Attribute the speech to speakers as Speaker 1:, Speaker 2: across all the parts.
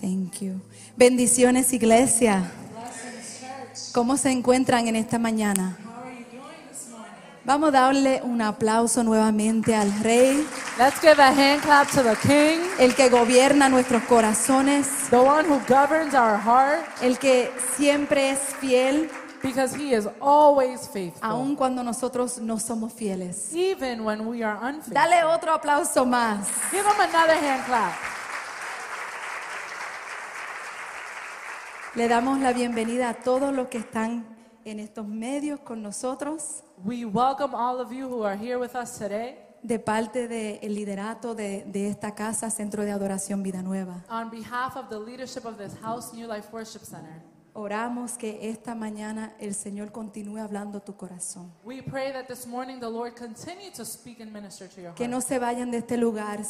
Speaker 1: Thank you. Bendiciones, iglesia. ¿Cómo se encuentran en esta mañana? Vamos a darle un aplauso nuevamente al Rey,
Speaker 2: Let's give a hand clap to the King,
Speaker 1: el que gobierna nuestros corazones,
Speaker 2: the one who governs our heart,
Speaker 1: el que siempre es fiel,
Speaker 2: because he is always faithful,
Speaker 1: aun cuando nosotros no somos fieles.
Speaker 2: even when we are unfaithful.
Speaker 1: Dale otro aplauso más.
Speaker 2: give him another hand clap.
Speaker 1: Le damos la bienvenida a todos los que están en estos medios con nosotros,
Speaker 2: We welcome all of you who are here with us today
Speaker 1: de parte del liderato de, de esta casa, Centro de Adoración Vida Nueva.
Speaker 2: on behalf of the leadership of this house, New Life Worship Center.
Speaker 1: Oramos que esta mañana el Señor continúe hablando tu corazón.
Speaker 2: We pray that this morning the Lord continue to speak and minister to your
Speaker 1: Que
Speaker 2: heart.
Speaker 1: no se vayan de este lugar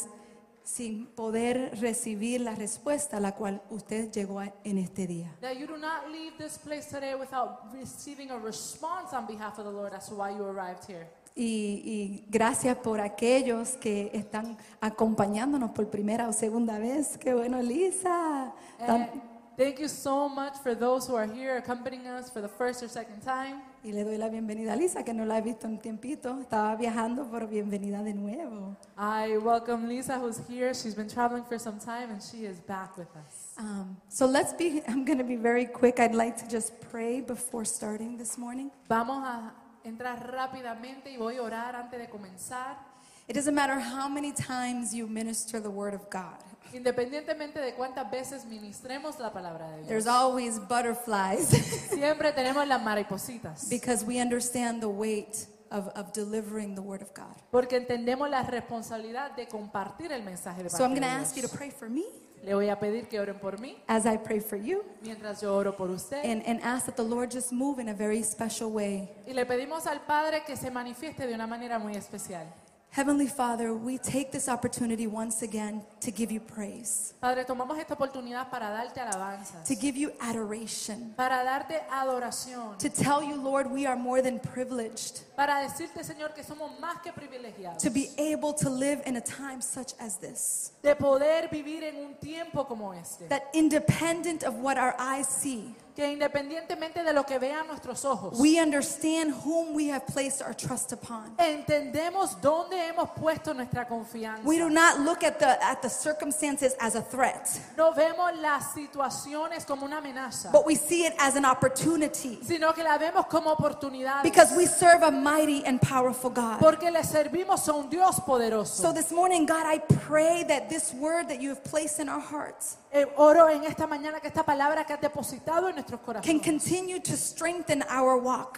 Speaker 1: sin poder recibir la respuesta a la cual usted llegó a- en este día.
Speaker 2: That you do not leave this place today without receiving a response on behalf of the Lord as to why you arrived here.
Speaker 1: Y, y gracias por aquellos que están acompañándonos por primera o segunda vez. Qué bueno, Elisa.
Speaker 2: And
Speaker 1: Tan-
Speaker 2: Eh, thank you so much for those who are here accompanying us for the first or second time.
Speaker 1: Y le doy la bienvenida a Lisa, que no la he visto en un tiempito. Estaba viajando, pero bienvenida de nuevo.
Speaker 2: I welcome Lisa, who's here. She's been traveling for some time, and she is back with us.
Speaker 1: Um, so let's be, I'm going to be very quick. I'd like to just pray before starting this morning.
Speaker 2: Vamos a entrar rápidamente y voy a orar antes de comenzar.
Speaker 1: It doesn't matter how many times you minister the Word of God,
Speaker 2: Independientemente de cuántas veces ministremos la palabra de Dios,
Speaker 1: there's always butterflies
Speaker 2: siempre tenemos las maripositas,
Speaker 1: because we understand the weight of, of delivering the Word of God.
Speaker 2: porque entendemos la responsabilidad de compartir el mensaje de
Speaker 1: So I'm
Speaker 2: parte
Speaker 1: going to
Speaker 2: de
Speaker 1: ask you to
Speaker 2: Dios.
Speaker 1: pray for me
Speaker 2: Le voy a pedir que oren por mí
Speaker 1: as I pray for you
Speaker 2: mientras yo oro por usted.
Speaker 1: and, and ask that the Lord just move in a very special way.
Speaker 2: Y le pedimos al Padre que se manifieste de una manera muy especial.
Speaker 1: Heavenly Father, we take this opportunity once again to give you praise,
Speaker 2: Padre, tomamos esta oportunidad para darte alabanza,
Speaker 1: to give you adoration,
Speaker 2: para darte adoración,
Speaker 1: to tell you, Lord, we are more than privileged
Speaker 2: para decirte, Señor, que somos más que privilegiados
Speaker 1: to be able to live in a time such as this.
Speaker 2: de poder vivir en un tiempo como este,
Speaker 1: That independent of what our eyes see,
Speaker 2: que independientemente de lo que vean nuestros ojos,
Speaker 1: we understand whom we have placed our trust upon.
Speaker 2: entendemos dónde hemos puesto nuestra confianza.
Speaker 1: We do not look at the, at the circumstances as a threat,
Speaker 2: No vemos las situaciones como una amenaza,
Speaker 1: but we see it as an opportunity
Speaker 2: sino que la vemos como oportunidad,
Speaker 1: because we serve a mighty and powerful God.
Speaker 2: porque le servimos a un Dios poderoso.
Speaker 1: So this morning, God, I pray that this word that you have placed in our hearts
Speaker 2: Eh, oro en esta mañana que esta palabra que has depositado en nuestros
Speaker 1: can
Speaker 2: corazones
Speaker 1: continue to strengthen our walk,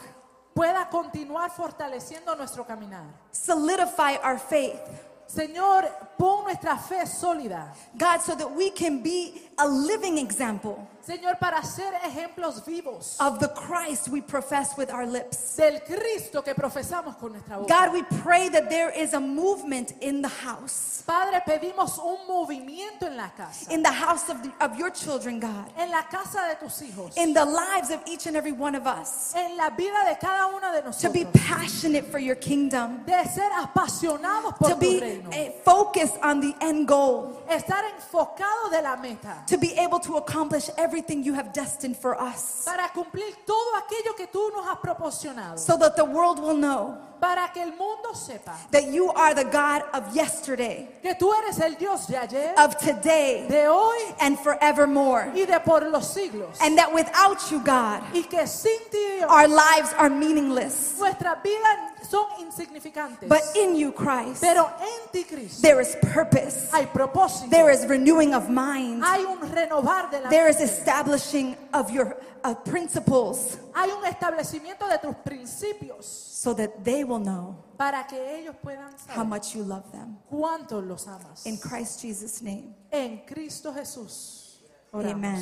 Speaker 2: pueda continuar fortaleciendo nuestro caminar.
Speaker 1: solidify our faith,
Speaker 2: Señor, pon nuestra fe sólida.
Speaker 1: God, so that we can be a living example
Speaker 2: Señor, para ser ejemplos vivos
Speaker 1: of the Christ we profess with our lips.
Speaker 2: del Cristo que profesamos con nuestra boca.
Speaker 1: God, we pray that there is a movement in the house,
Speaker 2: Padre, pedimos un movimiento en la casa,
Speaker 1: in the house of, the, of your children, God,
Speaker 2: en la casa de tus hijos,
Speaker 1: in the lives of each and every one of us,
Speaker 2: en la vida de cada uno de
Speaker 1: to be
Speaker 2: nosotros,
Speaker 1: passionate for your kingdom,
Speaker 2: de ser apasionados por
Speaker 1: to
Speaker 2: tu
Speaker 1: be
Speaker 2: reino,
Speaker 1: eh, focused on the end goal.
Speaker 2: estar enfocados de la meta,
Speaker 1: to be able to accomplish everything you have destined for us
Speaker 2: para cumplir todo aquello que tú nos has proporcionado.
Speaker 1: so that the world will know
Speaker 2: para que el mundo sepa
Speaker 1: that you are the God of yesterday,
Speaker 2: que tú eres el Dios de ayer,
Speaker 1: of today,
Speaker 2: de hoy
Speaker 1: and forevermore.
Speaker 2: y de por los siglos.
Speaker 1: And that without you, God,
Speaker 2: Y que sin ti Dios,
Speaker 1: our lives are meaningless.
Speaker 2: nuestras vidas son insignificantes.
Speaker 1: But in you, Christ,
Speaker 2: Pero en ti, Cristo,
Speaker 1: there is purpose,
Speaker 2: hay propósito,
Speaker 1: there is renewing of mind,
Speaker 2: hay un renovar de la
Speaker 1: there is establishing of your of principles
Speaker 2: hay un establecimiento de tus principios
Speaker 1: so that they will know
Speaker 2: para que ellos puedan
Speaker 1: how
Speaker 2: saber
Speaker 1: much you love them.
Speaker 2: cuánto los amas.
Speaker 1: In Christ Jesus' name.
Speaker 2: En Cristo Jesús. oramos.
Speaker 1: Amen.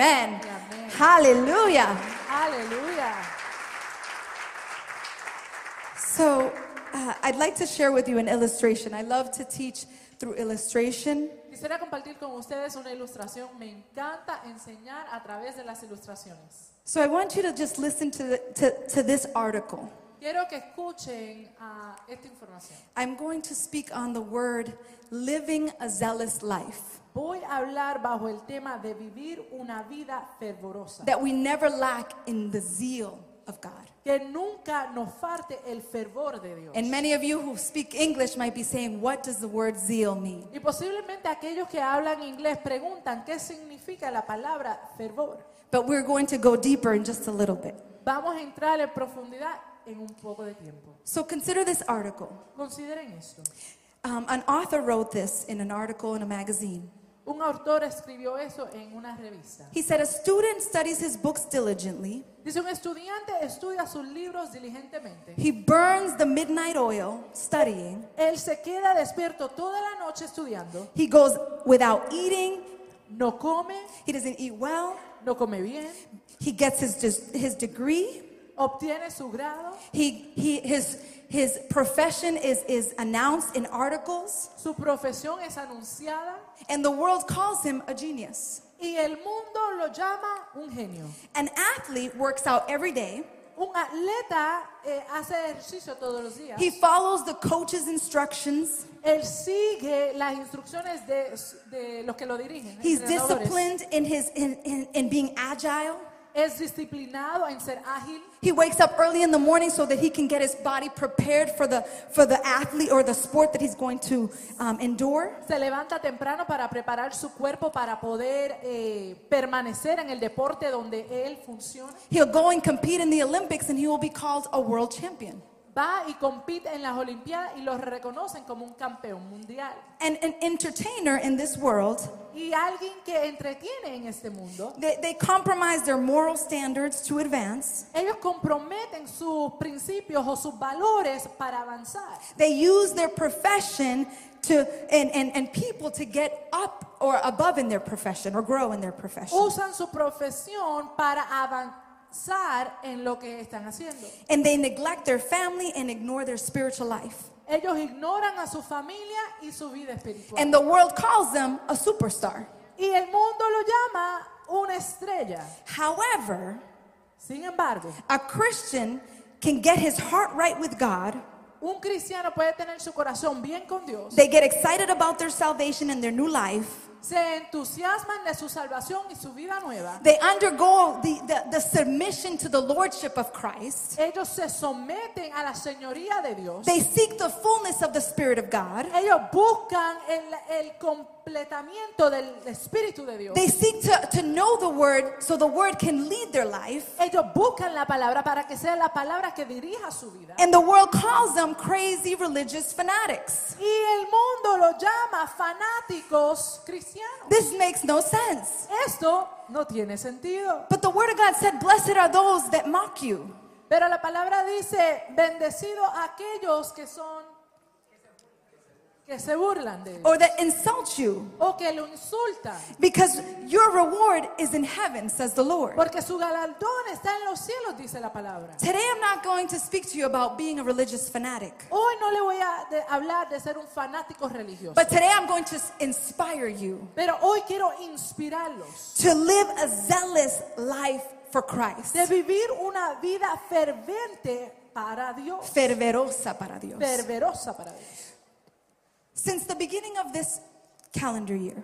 Speaker 1: Amen.
Speaker 2: Amén.
Speaker 1: Hallelujah.
Speaker 2: Aleluya.
Speaker 1: So, uh, I'd like to share with you an illustration. I love to teach through illustration.
Speaker 2: Quisiera compartir con ustedes una ilustración. Me encanta enseñar a través de las ilustraciones.
Speaker 1: So, I want you to just listen to, the, to, to this article.
Speaker 2: Quiero que escuchen ah, esta información.
Speaker 1: I'm going to speak on the word living a zealous life,
Speaker 2: Voy a hablar bajo el tema de vivir una vida fervorosa.
Speaker 1: that we never lack in the zeal of God.
Speaker 2: Que nunca nos falte el fervor de Dios.
Speaker 1: And many of you who speak English might be saying, What does the word zeal mean?
Speaker 2: Y posiblemente aquellos que hablan inglés preguntan qué significa la palabra fervor.
Speaker 1: But we're going to go deeper in just a little bit.
Speaker 2: Vamos a entrar en profundidad en un poco de tiempo.
Speaker 1: So consider this article.
Speaker 2: Consideren esto.
Speaker 1: Um, an author wrote this in an article in a magazine.
Speaker 2: Un autor escribió eso en una revista.
Speaker 1: He said, A student studies his books diligently,
Speaker 2: Dice, un estudiante estudia sus libros diligentemente.
Speaker 1: he burns the midnight oil studying,
Speaker 2: Él se queda despierto toda la noche estudiando.
Speaker 1: he goes without eating,
Speaker 2: No come,
Speaker 1: he doesn't eat well,
Speaker 2: no come bien,
Speaker 1: he gets his, des- his degree,
Speaker 2: obtiene su grado.
Speaker 1: he, he, his, his profession is, is announced in articles,
Speaker 2: Su profesión es anunciada
Speaker 1: and the world calls him a genius.
Speaker 2: y el mundo lo llama un genio.
Speaker 1: An athlete works out every day.
Speaker 2: Un atleta eh, hace ejercicio todos los días.
Speaker 1: He follows the coach's instructions.
Speaker 2: Él sigue las instrucciones de, de los que lo dirigen.
Speaker 1: He's
Speaker 2: entrenadores.
Speaker 1: disciplined in his in, in, in being agile.
Speaker 2: Es disciplinado en ser ágil.
Speaker 1: He wakes up early in the morning so that he can get his body prepared for the for the athlete or the sport that he's going to um, endure.
Speaker 2: Se levanta temprano para preparar su cuerpo para poder eh, permanecer en el deporte donde él funciona.
Speaker 1: He'll go and compete in the Olympics and he will be called a world champion.
Speaker 2: Va y compite en las Olimpiadas y lo reconocen como un campeón mundial.
Speaker 1: And an entertainer in this world,
Speaker 2: Y alguien que entretiene en este mundo.
Speaker 1: they, they compromise their moral standards to advance.
Speaker 2: Ellos comprometen sus principios o sus valores para avanzar.
Speaker 1: They use their profession to and, and, and people to get up or above in their profession or grow in their profession.
Speaker 2: Usan su profesión para avanzar en lo que están haciendo.
Speaker 1: And they neglect their family and ignore their spiritual life.
Speaker 2: Ellos ignoran a su familia y su vida espiritual.
Speaker 1: And the world calls them a superstar.
Speaker 2: y el mundo lo llama una estrella.
Speaker 1: However,
Speaker 2: Sin embargo,
Speaker 1: a Christian can get his heart right with God.
Speaker 2: un cristiano puede tener su corazón bien con Dios.
Speaker 1: They get excited about their salvation and their new life.
Speaker 2: se entusiasman de su salvación y su vida nueva.
Speaker 1: They undergo the, the, the submission to the lordship of Christ.
Speaker 2: Ellos se someten a la señoría de Dios.
Speaker 1: They seek the fullness of the Spirit of God.
Speaker 2: Ellos buscan el, el completamiento del Espíritu de Dios.
Speaker 1: They seek to, to know the word so the word can lead their life.
Speaker 2: Ellos buscan la palabra para que sea la palabra que dirija su vida.
Speaker 1: And the world calls them crazy religious fanatics.
Speaker 2: Y el mundo lo llama fanáticos cristianos.
Speaker 1: This makes no sense.
Speaker 2: Esto no tiene sentido.
Speaker 1: But the word of God said, Blessed are those that mock you.
Speaker 2: Pero la palabra dice, bendecido aquellos que son, que se burlan de él
Speaker 1: or that insult you,
Speaker 2: o que lo insultan.
Speaker 1: because your reward is in heaven, says the Lord.
Speaker 2: Porque su galardón está en los cielos, dice la palabra.
Speaker 1: Today I'm not going to speak to you about being a religious fanatic,
Speaker 2: Hoy no le voy a de- hablar de ser un fanático religioso,
Speaker 1: but today I'm going to s- inspire you
Speaker 2: pero hoy quiero inspirarlos
Speaker 1: to live a zealous life for Christ.
Speaker 2: de vivir una vida fervente para Dios,
Speaker 1: Fervorosa para Dios.
Speaker 2: fervorosa para Dios.
Speaker 1: Since the beginning of this calendar year,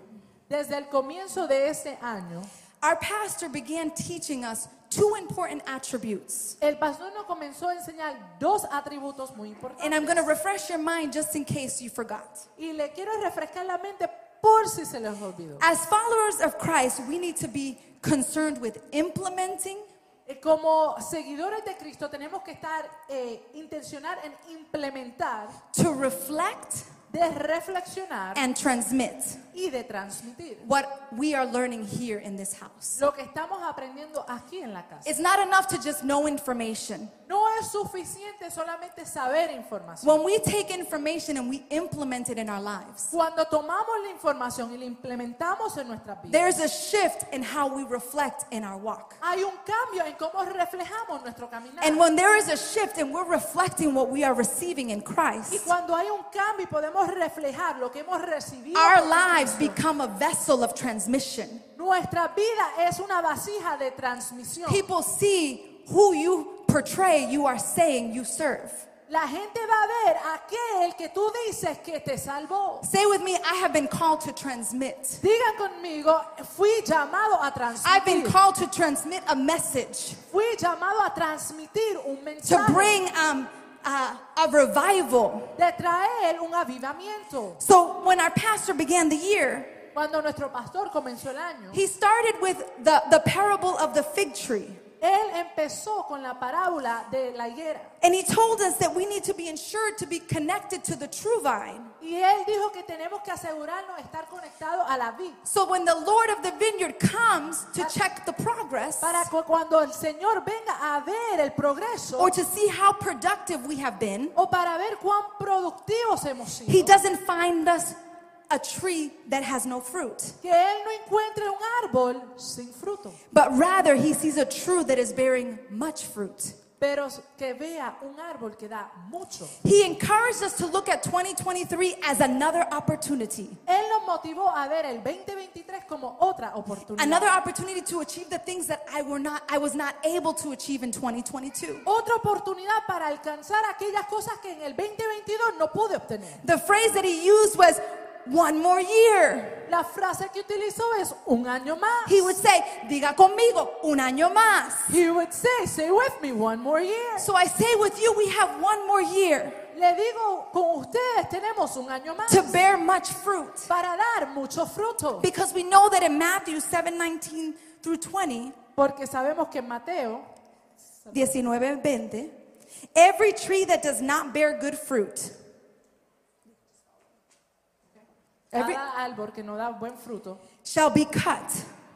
Speaker 2: Desde el comienzo de este año,
Speaker 1: our pastor began teaching us two important attributes.
Speaker 2: el pastor nos comenzó a enseñar dos atributos muy importantes.
Speaker 1: And I'm going to refresh your mind just in case you forgot.
Speaker 2: Y le quiero refrescar la mente por si se les olvidó.
Speaker 1: As followers of Christ, we need to be concerned with implementing
Speaker 2: Eh, Como seguidores de Cristo tenemos que estar eh, intencionar en implementar
Speaker 1: to reflect
Speaker 2: de reflexionar
Speaker 1: and transmit
Speaker 2: y de transmitir
Speaker 1: what we are learning here in this house.
Speaker 2: lo que estamos aprendiendo aquí en la casa.
Speaker 1: It's not enough to just know information.
Speaker 2: No es suficiente solamente saber información.
Speaker 1: When we take information and we implement it in our lives,
Speaker 2: Cuando tomamos la información y la implementamos en nuestra vida,
Speaker 1: there's a shift in how we reflect in our walk.
Speaker 2: hay un cambio en cómo reflejamos nuestro caminar.
Speaker 1: And when there is a shift and we're reflecting what we are receiving in
Speaker 2: Y
Speaker 1: Christ,
Speaker 2: cuando hay un cambio y podemos reflejar lo que hemos recibido,
Speaker 1: our
Speaker 2: por
Speaker 1: lives
Speaker 2: Cristo,
Speaker 1: become a vessel of transmission.
Speaker 2: nuestra vida es una vasija de transmisión.
Speaker 1: People see who you portray, you are saying you serve.
Speaker 2: La gente va a ver a aquel que tú dices que te salvó.
Speaker 1: Say with me, I have been called to transmit.
Speaker 2: Digan conmigo, fui llamado a
Speaker 1: I've been
Speaker 2: transmitir.
Speaker 1: called to transmit a message,
Speaker 2: Fui llamado a transmitir un
Speaker 1: to
Speaker 2: mensaje,
Speaker 1: bring um, uh, a revival.
Speaker 2: de traer un avivamiento.
Speaker 1: So when our pastor began the year,
Speaker 2: Cuando nuestro pastor comenzó el año,
Speaker 1: he started with the, the parable of the fig tree.
Speaker 2: él empezó con la parábola de la higuera.
Speaker 1: And he told us that we need to be ensured to be connected to the true vine.
Speaker 2: Y él dijo que tenemos que asegurarnos de estar conectados a la vid.
Speaker 1: So when the Lord of the vineyard comes to check the progress
Speaker 2: Para que cuando el Señor venga a ver el progreso
Speaker 1: or to see how productive we have been,
Speaker 2: o para ver cuán productivos hemos
Speaker 1: he
Speaker 2: sido,
Speaker 1: doesn't find us a tree that has no fruit,
Speaker 2: que Él no encuentre un árbol sin fruto,
Speaker 1: but rather he sees a tree that is bearing much fruit.
Speaker 2: pero que vea un árbol que da mucho.
Speaker 1: He encouraged us to look at 2023 as another opportunity,
Speaker 2: Él nos motivó a ver el 2023 como otra oportunidad.
Speaker 1: another opportunity to achieve the things that I were not I was not able to achieve in 2022.
Speaker 2: otra oportunidad para alcanzar aquellas cosas que en el 2022 no pude obtener.
Speaker 1: The phrase that he used was one more year.
Speaker 2: La frase que utilizó es un año más.
Speaker 1: He would say, diga conmigo, un año más.
Speaker 2: He would say, "Stay with me one more year."
Speaker 1: So I say with you, we have one more year
Speaker 2: Le digo, con ustedes tenemos un año más
Speaker 1: to bear much fruit.
Speaker 2: para dar mucho fruto,
Speaker 1: Because we know that in Matthew 7 19 through 20,
Speaker 2: porque sabemos que en Mateo
Speaker 1: 19, 20, every tree that does not bear good fruit, every,
Speaker 2: cada árbol que no da buen fruto
Speaker 1: shall be cut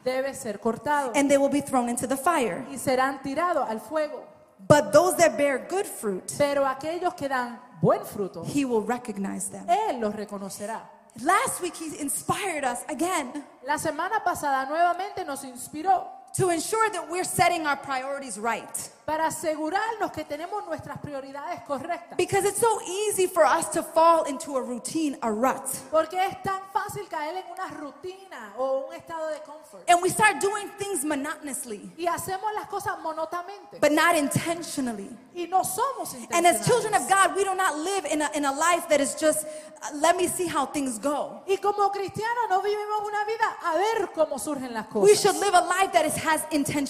Speaker 2: debe ser cortado
Speaker 1: and they will be thrown into the fire.
Speaker 2: y serán tirados al fuego.
Speaker 1: But those that bear good fruit,
Speaker 2: Pero aquellos que dan buen fruto,
Speaker 1: he will recognize them.
Speaker 2: él los reconocerá.
Speaker 1: Last week, he inspired us again
Speaker 2: La semana pasada nuevamente nos inspiró
Speaker 1: to ensure that we're setting our priorities right.
Speaker 2: para asegurarnos que tenemos nuestras prioridades correctas,
Speaker 1: Because it's so easy for us to fall into a routine, a rut.
Speaker 2: porque es tan fácil caer en una rutina o un estado de confort
Speaker 1: And we start doing things monotonously,
Speaker 2: y hacemos las cosas monótonamente
Speaker 1: but not intentionally.
Speaker 2: y no somos
Speaker 1: And as children
Speaker 2: intencionales.
Speaker 1: of God, we do not live in a, in a life that is just, uh, let me see how things go.
Speaker 2: Y como cristianos no vivimos una vida a ver cómo surgen las
Speaker 1: We should
Speaker 2: cosas.
Speaker 1: live a life that is, has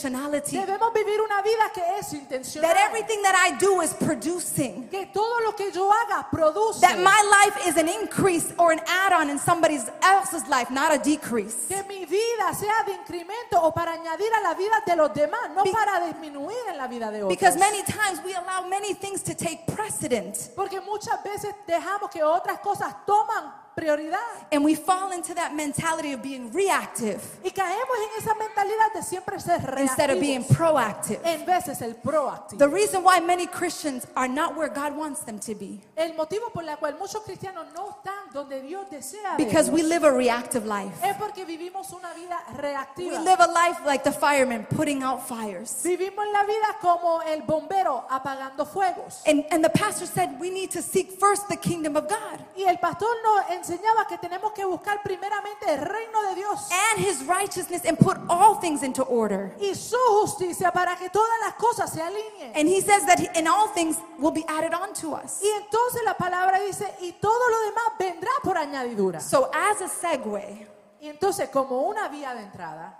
Speaker 1: intentionality,
Speaker 2: Debemos vivir una vida que es
Speaker 1: that
Speaker 2: intencional,
Speaker 1: everything that I do is producing,
Speaker 2: que todo lo que yo haga produce,
Speaker 1: that my life is an increase or an add on in somebody else's life, not a decrease.
Speaker 2: que mi vida sea de incremento o para añadir a la vida de los demás, no
Speaker 1: Be-
Speaker 2: para disminuir en la vida de otros.
Speaker 1: Because many times we allow many things to take precedent
Speaker 2: Porque muchas veces dejamos que otras cosas toman prioridad
Speaker 1: and we fall into that mentality of being reactive
Speaker 2: y caemos en esa mentalidad de siempre ser
Speaker 1: instead of being
Speaker 2: reactivos
Speaker 1: proactive.
Speaker 2: en veces el proactivo.
Speaker 1: The reason why many Christians are not where God wants them to be
Speaker 2: El motivo por el cual muchos cristianos no están donde Dios desea
Speaker 1: because we
Speaker 2: verlos
Speaker 1: live a reactive life.
Speaker 2: es porque vivimos una vida
Speaker 1: We
Speaker 2: reactiva.
Speaker 1: live a life like the firemen putting out fires.
Speaker 2: Vivimos la vida como el bombero apagando fuegos.
Speaker 1: And, and the pastor said we need to seek first the kingdom of God
Speaker 2: Y el pastor nos enseñaba que tenemos que buscar primeramente el reino de Dios
Speaker 1: and his righteousness and put all things into order.
Speaker 2: y su justicia para que todas las cosas se alineen.
Speaker 1: And he says that in all things will be added on to us.
Speaker 2: Y entonces la palabra dice, y todo lo demás vendrá por añadidura.
Speaker 1: So, as a segue,
Speaker 2: Y entonces como una vía de entrada,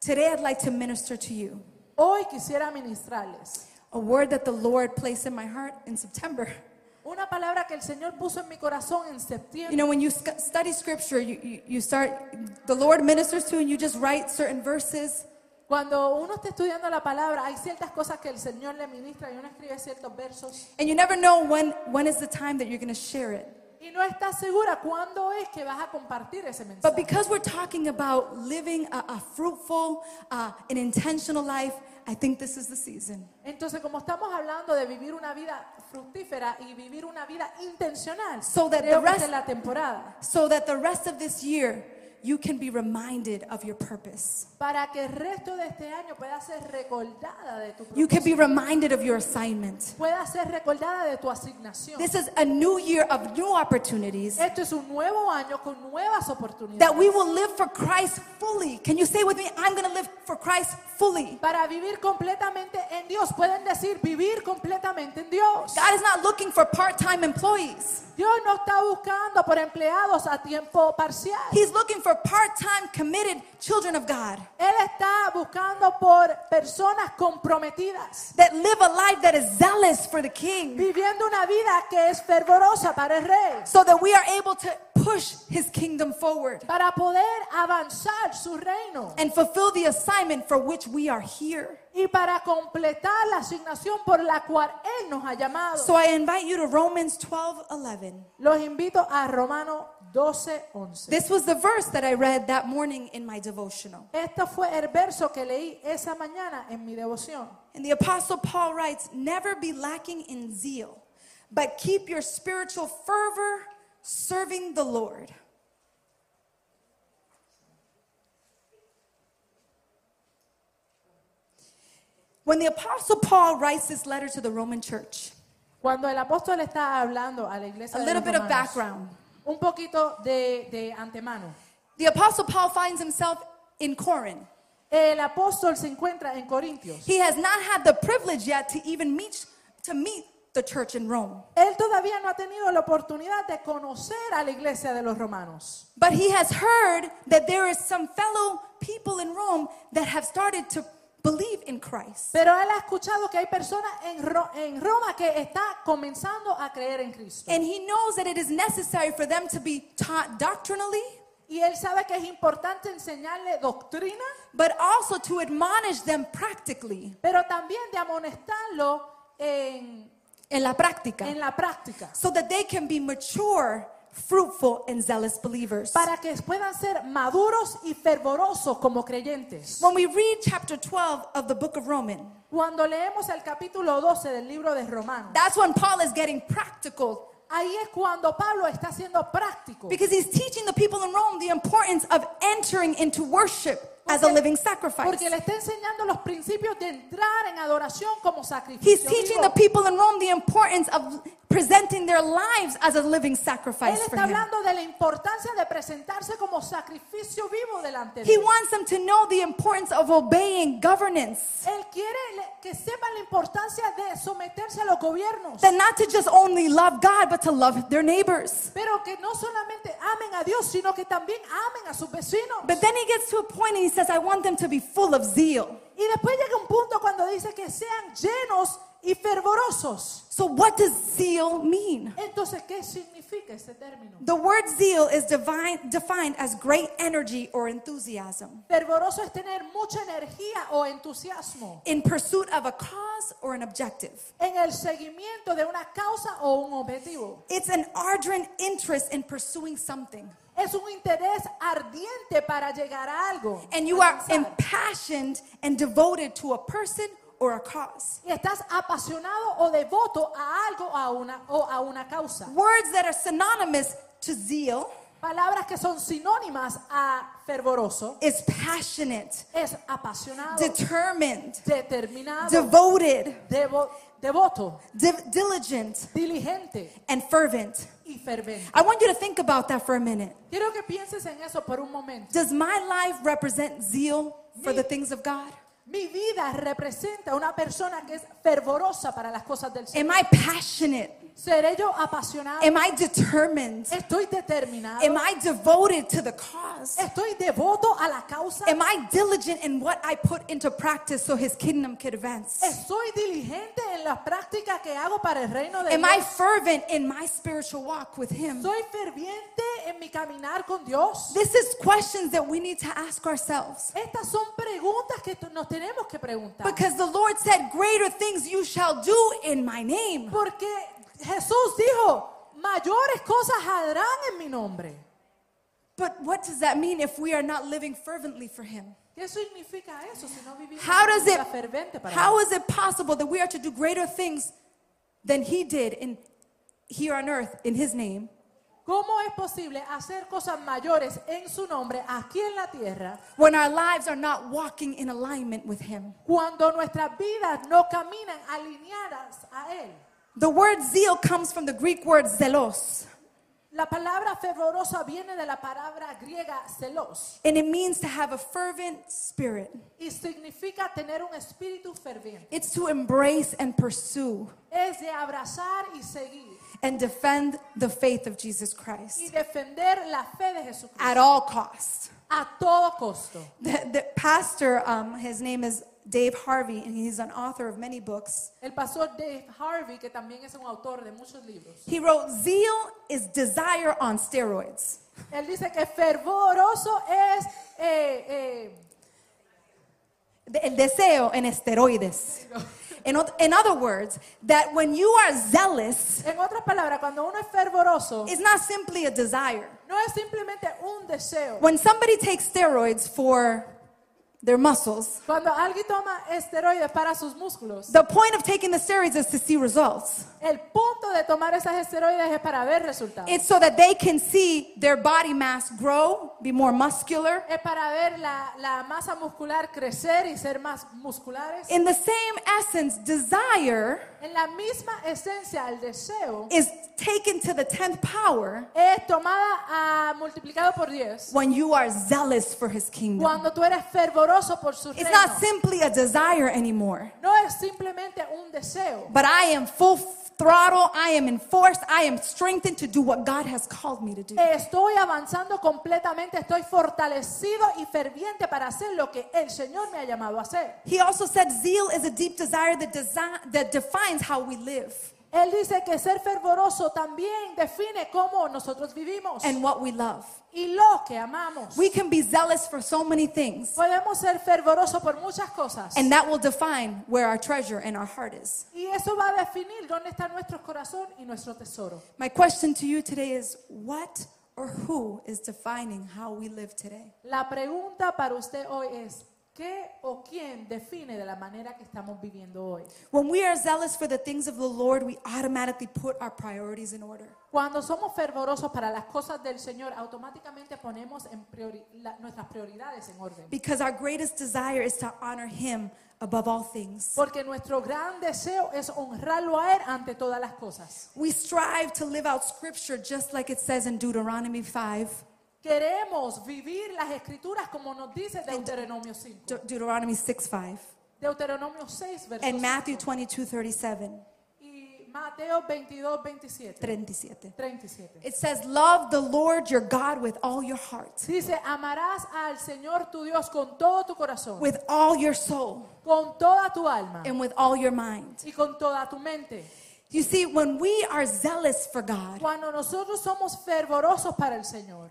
Speaker 1: today I'd like to minister to you
Speaker 2: hoy quisiera ministrarles
Speaker 1: a word that the Lord placed in my heart in September.
Speaker 2: una palabra que el Señor puso en mi corazón en septiembre.
Speaker 1: You know, when you sc- study scripture, you, you, you start, the Lord ministers to you and you just write certain verses.
Speaker 2: Cuando uno está estudiando la palabra, hay ciertas cosas que el Señor le ministra y uno escribe ciertos versos
Speaker 1: And you never know when, when is the time that you're going to share it.
Speaker 2: y no estás segura cuándo es que vas a compartir ese mensaje.
Speaker 1: But because we're talking about living a, a fruitful, uh, an intentional life, I think this is the season.
Speaker 2: Entonces, como estamos hablando de vivir una vida fructífera y vivir una vida intencional,
Speaker 1: So that the
Speaker 2: creo que
Speaker 1: rest-
Speaker 2: esta es la temporada
Speaker 1: So that the rest of this year, you can be reminded of your purpose.
Speaker 2: para que el resto de este año pueda ser recordada de tu
Speaker 1: You
Speaker 2: propósito,
Speaker 1: can be reminded of your assignment.
Speaker 2: pueda ser recordada de tu asignación.
Speaker 1: This is a new year of new opportunities.
Speaker 2: Esto es un nuevo año con nuevas
Speaker 1: That
Speaker 2: oportunidades.
Speaker 1: we will live for Christ fully. Can you say with me, I'm going to live for Christ fully.
Speaker 2: Para vivir completamente en Dios. Pueden decir vivir completamente en Dios.
Speaker 1: God is not looking for part time employees,
Speaker 2: Dios no está buscando por empleados a tiempo parcial.
Speaker 1: He's looking for part time committed children of God
Speaker 2: Él está buscando por personas comprometidas,
Speaker 1: that live a life that is zealous for the King
Speaker 2: viviendo una vida que es fervorosa para el rey,
Speaker 1: so that we are able to push His kingdom forward
Speaker 2: para poder avanzar su reino
Speaker 1: and fulfill the assignment for which we are here.
Speaker 2: y para completar la asignación por la cual Él nos ha llamado.
Speaker 1: So I invite you to Romans 12 11.
Speaker 2: Los invito a Romano 12:11.
Speaker 1: This was the verse that I read that morning in my devotional.
Speaker 2: Este fue el verso que leí esa mañana en mi devoción.
Speaker 1: And the Apostle Paul writes, Never be lacking in zeal, but keep your spiritual fervor serving the Lord. When the Apostle Paul writes this letter to the Roman church,
Speaker 2: Cuando el apóstol está hablando a la iglesia,
Speaker 1: a
Speaker 2: de
Speaker 1: little
Speaker 2: los
Speaker 1: bit of
Speaker 2: romanos,
Speaker 1: background.
Speaker 2: un poquito de, de antemano.
Speaker 1: The Apostle Paul finds himself in Corinth.
Speaker 2: El apóstol se encuentra en Corintios.
Speaker 1: He has not had the privilege yet to even meet to meet the church in Rome.
Speaker 2: Él todavía no ha tenido la oportunidad de conocer a la iglesia de los romanos.
Speaker 1: But he has heard that there is some fellow people in Rome that have started to believe in Christ.
Speaker 2: Pero él ha escuchado que hay personas en, Ro- en Roma que está comenzando a creer en Cristo.
Speaker 1: And he knows that it is necessary for them to be taught doctrinally,
Speaker 2: Y él sabe que es importante enseñarle doctrina,
Speaker 1: but also to admonish them practically,
Speaker 2: pero también de amonestarlo en,
Speaker 1: en la práctica,
Speaker 2: en la práctica.
Speaker 1: so that they can be mature, fruitful, and zealous believers.
Speaker 2: Para que puedan ser maduros y fervorosos como creyentes.
Speaker 1: When we read chapter 12 of the book of Romans,
Speaker 2: Cuando leemos el capítulo 12 del libro de Romanos,
Speaker 1: that's when Paul is getting practical
Speaker 2: ahí es cuando Pablo está siendo práctico.
Speaker 1: because he's teaching the people in Rome the importance of entering into worship as a
Speaker 2: Porque-
Speaker 1: living sacrifice.
Speaker 2: Porque le está enseñando los principios de entrar en adoración como
Speaker 1: He's
Speaker 2: sacrificio.
Speaker 1: teaching
Speaker 2: vivo.
Speaker 1: the people in Rome the importance of presenting their lives as a living
Speaker 2: Él
Speaker 1: sacrifice for
Speaker 2: está
Speaker 1: him.
Speaker 2: hablando de la importancia de presentarse como sacrificio vivo delante de
Speaker 1: He
Speaker 2: él.
Speaker 1: wants them to know the importance of obeying governance.
Speaker 2: Él quiere le- que sepan la importancia de someterse a los gobiernos,
Speaker 1: That not to just only love God, but to love their neighbors.
Speaker 2: pero que no solamente amen a Dios, sino que también amen a sus vecinos.
Speaker 1: But then he gets to a point and he says, I want them to be full of zeal.
Speaker 2: Y después llega un punto cuando dice que sean llenos y fervorosos.
Speaker 1: So, what does zeal mean?
Speaker 2: Entonces, ¿qué significa este término?
Speaker 1: The word zeal is divine, defined as great energy or enthusiasm
Speaker 2: Fervoroso es tener mucha energía o entusiasmo
Speaker 1: in pursuit of a cause or an objective.
Speaker 2: en el seguimiento de una causa o un objetivo.
Speaker 1: It's an ardent interest in pursuing something.
Speaker 2: Es un interés ardiente para llegar a algo.
Speaker 1: and you are em-
Speaker 2: alcanzar.
Speaker 1: impassioned and devoted to a person or a cause.
Speaker 2: y estás apasionado o devoto a algo a una, o a una causa.
Speaker 1: Words that are synonymous to zeal
Speaker 2: Palabras que son sinónimas a fervoroso
Speaker 1: is passionate,
Speaker 2: es apasionado,
Speaker 1: determined,
Speaker 2: determinado,
Speaker 1: devoted,
Speaker 2: devo- devoto,
Speaker 1: di- diligent,
Speaker 2: diligente
Speaker 1: and fervent.
Speaker 2: y fervente.
Speaker 1: I want you to think about that for a minute.
Speaker 2: Quiero que pienses en eso por un momento.
Speaker 1: Does my life represent zeal for the things of God?
Speaker 2: Mi vida representa una persona que es fervorosa para las cosas del Señor.
Speaker 1: Am I passionate?
Speaker 2: ¿Seré yo apasionado?
Speaker 1: Am I determined?
Speaker 2: ¿Estoy determinado?
Speaker 1: Am I devoted to the cause?
Speaker 2: ¿Estoy devoto a la causa?
Speaker 1: Am I diligent in what I put into practice so his kingdom could advance?
Speaker 2: ¿Estoy diligente en las prácticas que hago para el reino de
Speaker 1: Am I
Speaker 2: Dios?
Speaker 1: fervent in my spiritual walk with Him?
Speaker 2: ¿Soy ferviente en mi caminar con Dios?
Speaker 1: This is questions that we need to ask ourselves.
Speaker 2: Estas son preguntas que t- nos tenemos que preguntar.
Speaker 1: Because the Lord said, Greater things you shall do in my name.
Speaker 2: Porque Jesús dijo, mayores cosas harán en mi nombre.
Speaker 1: But what does that mean if we are not living fervently for Him?
Speaker 2: ¿Qué significa eso si no vivimos
Speaker 1: How
Speaker 2: una
Speaker 1: does it
Speaker 2: vida fervente para
Speaker 1: how
Speaker 2: Dios?
Speaker 1: is it possible that we are to do greater things than He did in here on earth in His name?
Speaker 2: ¿Cómo es posible hacer cosas mayores en su nombre aquí en la tierra
Speaker 1: When our lives are not walking in alignment with Him.
Speaker 2: cuando nuestras vidas no caminan alineadas a Él?
Speaker 1: The word zeal comes from the Greek word zelos,
Speaker 2: La palabra fervorosa viene de la palabra griega celos
Speaker 1: and it means to have a fervent spirit.
Speaker 2: y significa tener un espíritu ferviente.
Speaker 1: It's to embrace and pursue
Speaker 2: Es de abrazar y seguir
Speaker 1: and defend the faith of Jesus
Speaker 2: y
Speaker 1: Christ
Speaker 2: defender la fe de Jesucristo
Speaker 1: at all costs.
Speaker 2: a todo costo.
Speaker 1: The, the pastor, um, his name is Dave Harvey, and he's an author of many books.
Speaker 2: El pastor Dave Harvey, que también es un autor de muchos libros,
Speaker 1: He wrote, Zeal is desire on steroids.
Speaker 2: él dice que fervoroso es eh, eh,
Speaker 1: De- El deseo en esteroides. In, oth- in other words, that when you are zealous,
Speaker 2: En otras palabras, cuando uno es fervoroso,
Speaker 1: it's not simply a desire.
Speaker 2: no es simplemente un deseo.
Speaker 1: When somebody takes steroids for their muscles,
Speaker 2: Cuando alguien toma esteroides para sus músculos,
Speaker 1: the point of taking the steroids is to see results.
Speaker 2: el punto de tomar esas esteroides es para ver resultados.
Speaker 1: It's so that they can see their body mass grow, be more muscular.
Speaker 2: Es para ver la, la masa muscular crecer y ser más musculares.
Speaker 1: In the same essence, desire
Speaker 2: En la misma esencia, el deseo
Speaker 1: is taken to the 10th power
Speaker 2: es tomada a multiplicado por 10
Speaker 1: when you are zealous for his kingdom.
Speaker 2: cuando tú eres fervoroso por su
Speaker 1: It's
Speaker 2: reino.
Speaker 1: not simply a desire anymore,
Speaker 2: No es simplemente un deseo,
Speaker 1: but I am full throttle, I am enforced, I am strengthened to do what God has called me to do.
Speaker 2: Estoy avanzando completamente, estoy fortalecido y ferviente para hacer lo que el Señor me ha llamado a hacer.
Speaker 1: He also said zeal is a deep desire that, desi- that defines how we live
Speaker 2: Él dice que ser fervoroso también define cómo nosotros vivimos
Speaker 1: and what we love.
Speaker 2: y lo que amamos.
Speaker 1: We can be zealous for so many things,
Speaker 2: Podemos ser fervorosos por muchas cosas
Speaker 1: and that will define where our treasure and our heart is.
Speaker 2: y eso va a definir dónde está nuestro corazón y nuestro tesoro.
Speaker 1: My question to you today is what or who is defining how we live today?
Speaker 2: La pregunta para usted hoy es, ¿qué o quién define de la manera que estamos viviendo hoy?
Speaker 1: When we are zealous for the things of the Lord, we automatically put our priorities in order.
Speaker 2: Cuando somos fervorosos para las cosas del Señor, automáticamente ponemos en priori- la- nuestras prioridades en orden.
Speaker 1: Because our greatest desire is to honor Him above all things.
Speaker 2: Porque nuestro gran deseo es honrarlo a Él ante todas las cosas.
Speaker 1: We strive to live out Scripture just like it says in Deuteronomy 5.
Speaker 2: Queremos vivir las escrituras como nos dice Deuteronomio 5,
Speaker 1: De- Deuteronomy 6 5
Speaker 2: Deuteronomio 6, verso
Speaker 1: and Matthew
Speaker 2: 5,
Speaker 1: 22 37,
Speaker 2: y Mateo 22, 27,
Speaker 1: 37.
Speaker 2: 37.
Speaker 1: It says, Love the Lord your God with all your heart,
Speaker 2: Dice, amarás al Señor tu Dios con todo tu corazón,
Speaker 1: with all your soul,
Speaker 2: con toda tu alma
Speaker 1: and with all your mind.
Speaker 2: y con toda tu mente.
Speaker 1: You see, when we are zealous for God,
Speaker 2: Cuando nosotros somos fervorosos para el Señor,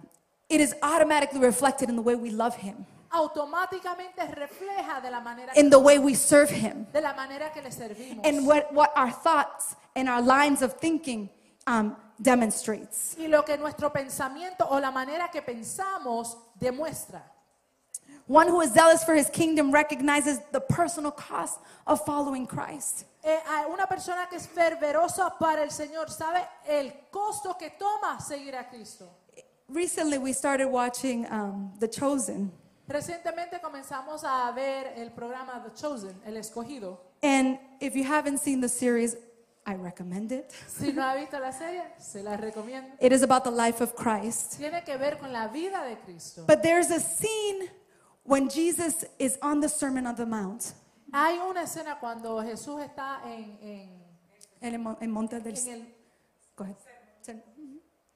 Speaker 1: it is automatically reflected in the way we love Him,
Speaker 2: automáticamente refleja de la manera que,
Speaker 1: in the way we serve Him,
Speaker 2: de la manera que le servimos
Speaker 1: and what, what our thoughts and our lines of thinking um, demonstrates.
Speaker 2: y lo que nuestro pensamiento o la manera que pensamos demuestra.
Speaker 1: One who is zealous for His kingdom recognizes the personal cost of following Christ.
Speaker 2: Eh, a una persona que es fervorosa para el Señor sabe el costo que toma seguir a Cristo.
Speaker 1: Recently, we started watching um, The Chosen,
Speaker 2: Recientemente comenzamos a ver el programa The Chosen, El Escogido.
Speaker 1: and if you haven't seen the series, I recommend it.
Speaker 2: Si no ha visto la serie, se la recomiendo.
Speaker 1: It is about the life of Christ.
Speaker 2: Tiene que ver con la vida de Cristo.
Speaker 1: But there's a scene when Jesus is on the Sermon on the Mount
Speaker 2: Hay una escena cuando Jesús está en- en-
Speaker 1: en el mon- en Monte del
Speaker 2: en el
Speaker 1: Go ahead. Sen-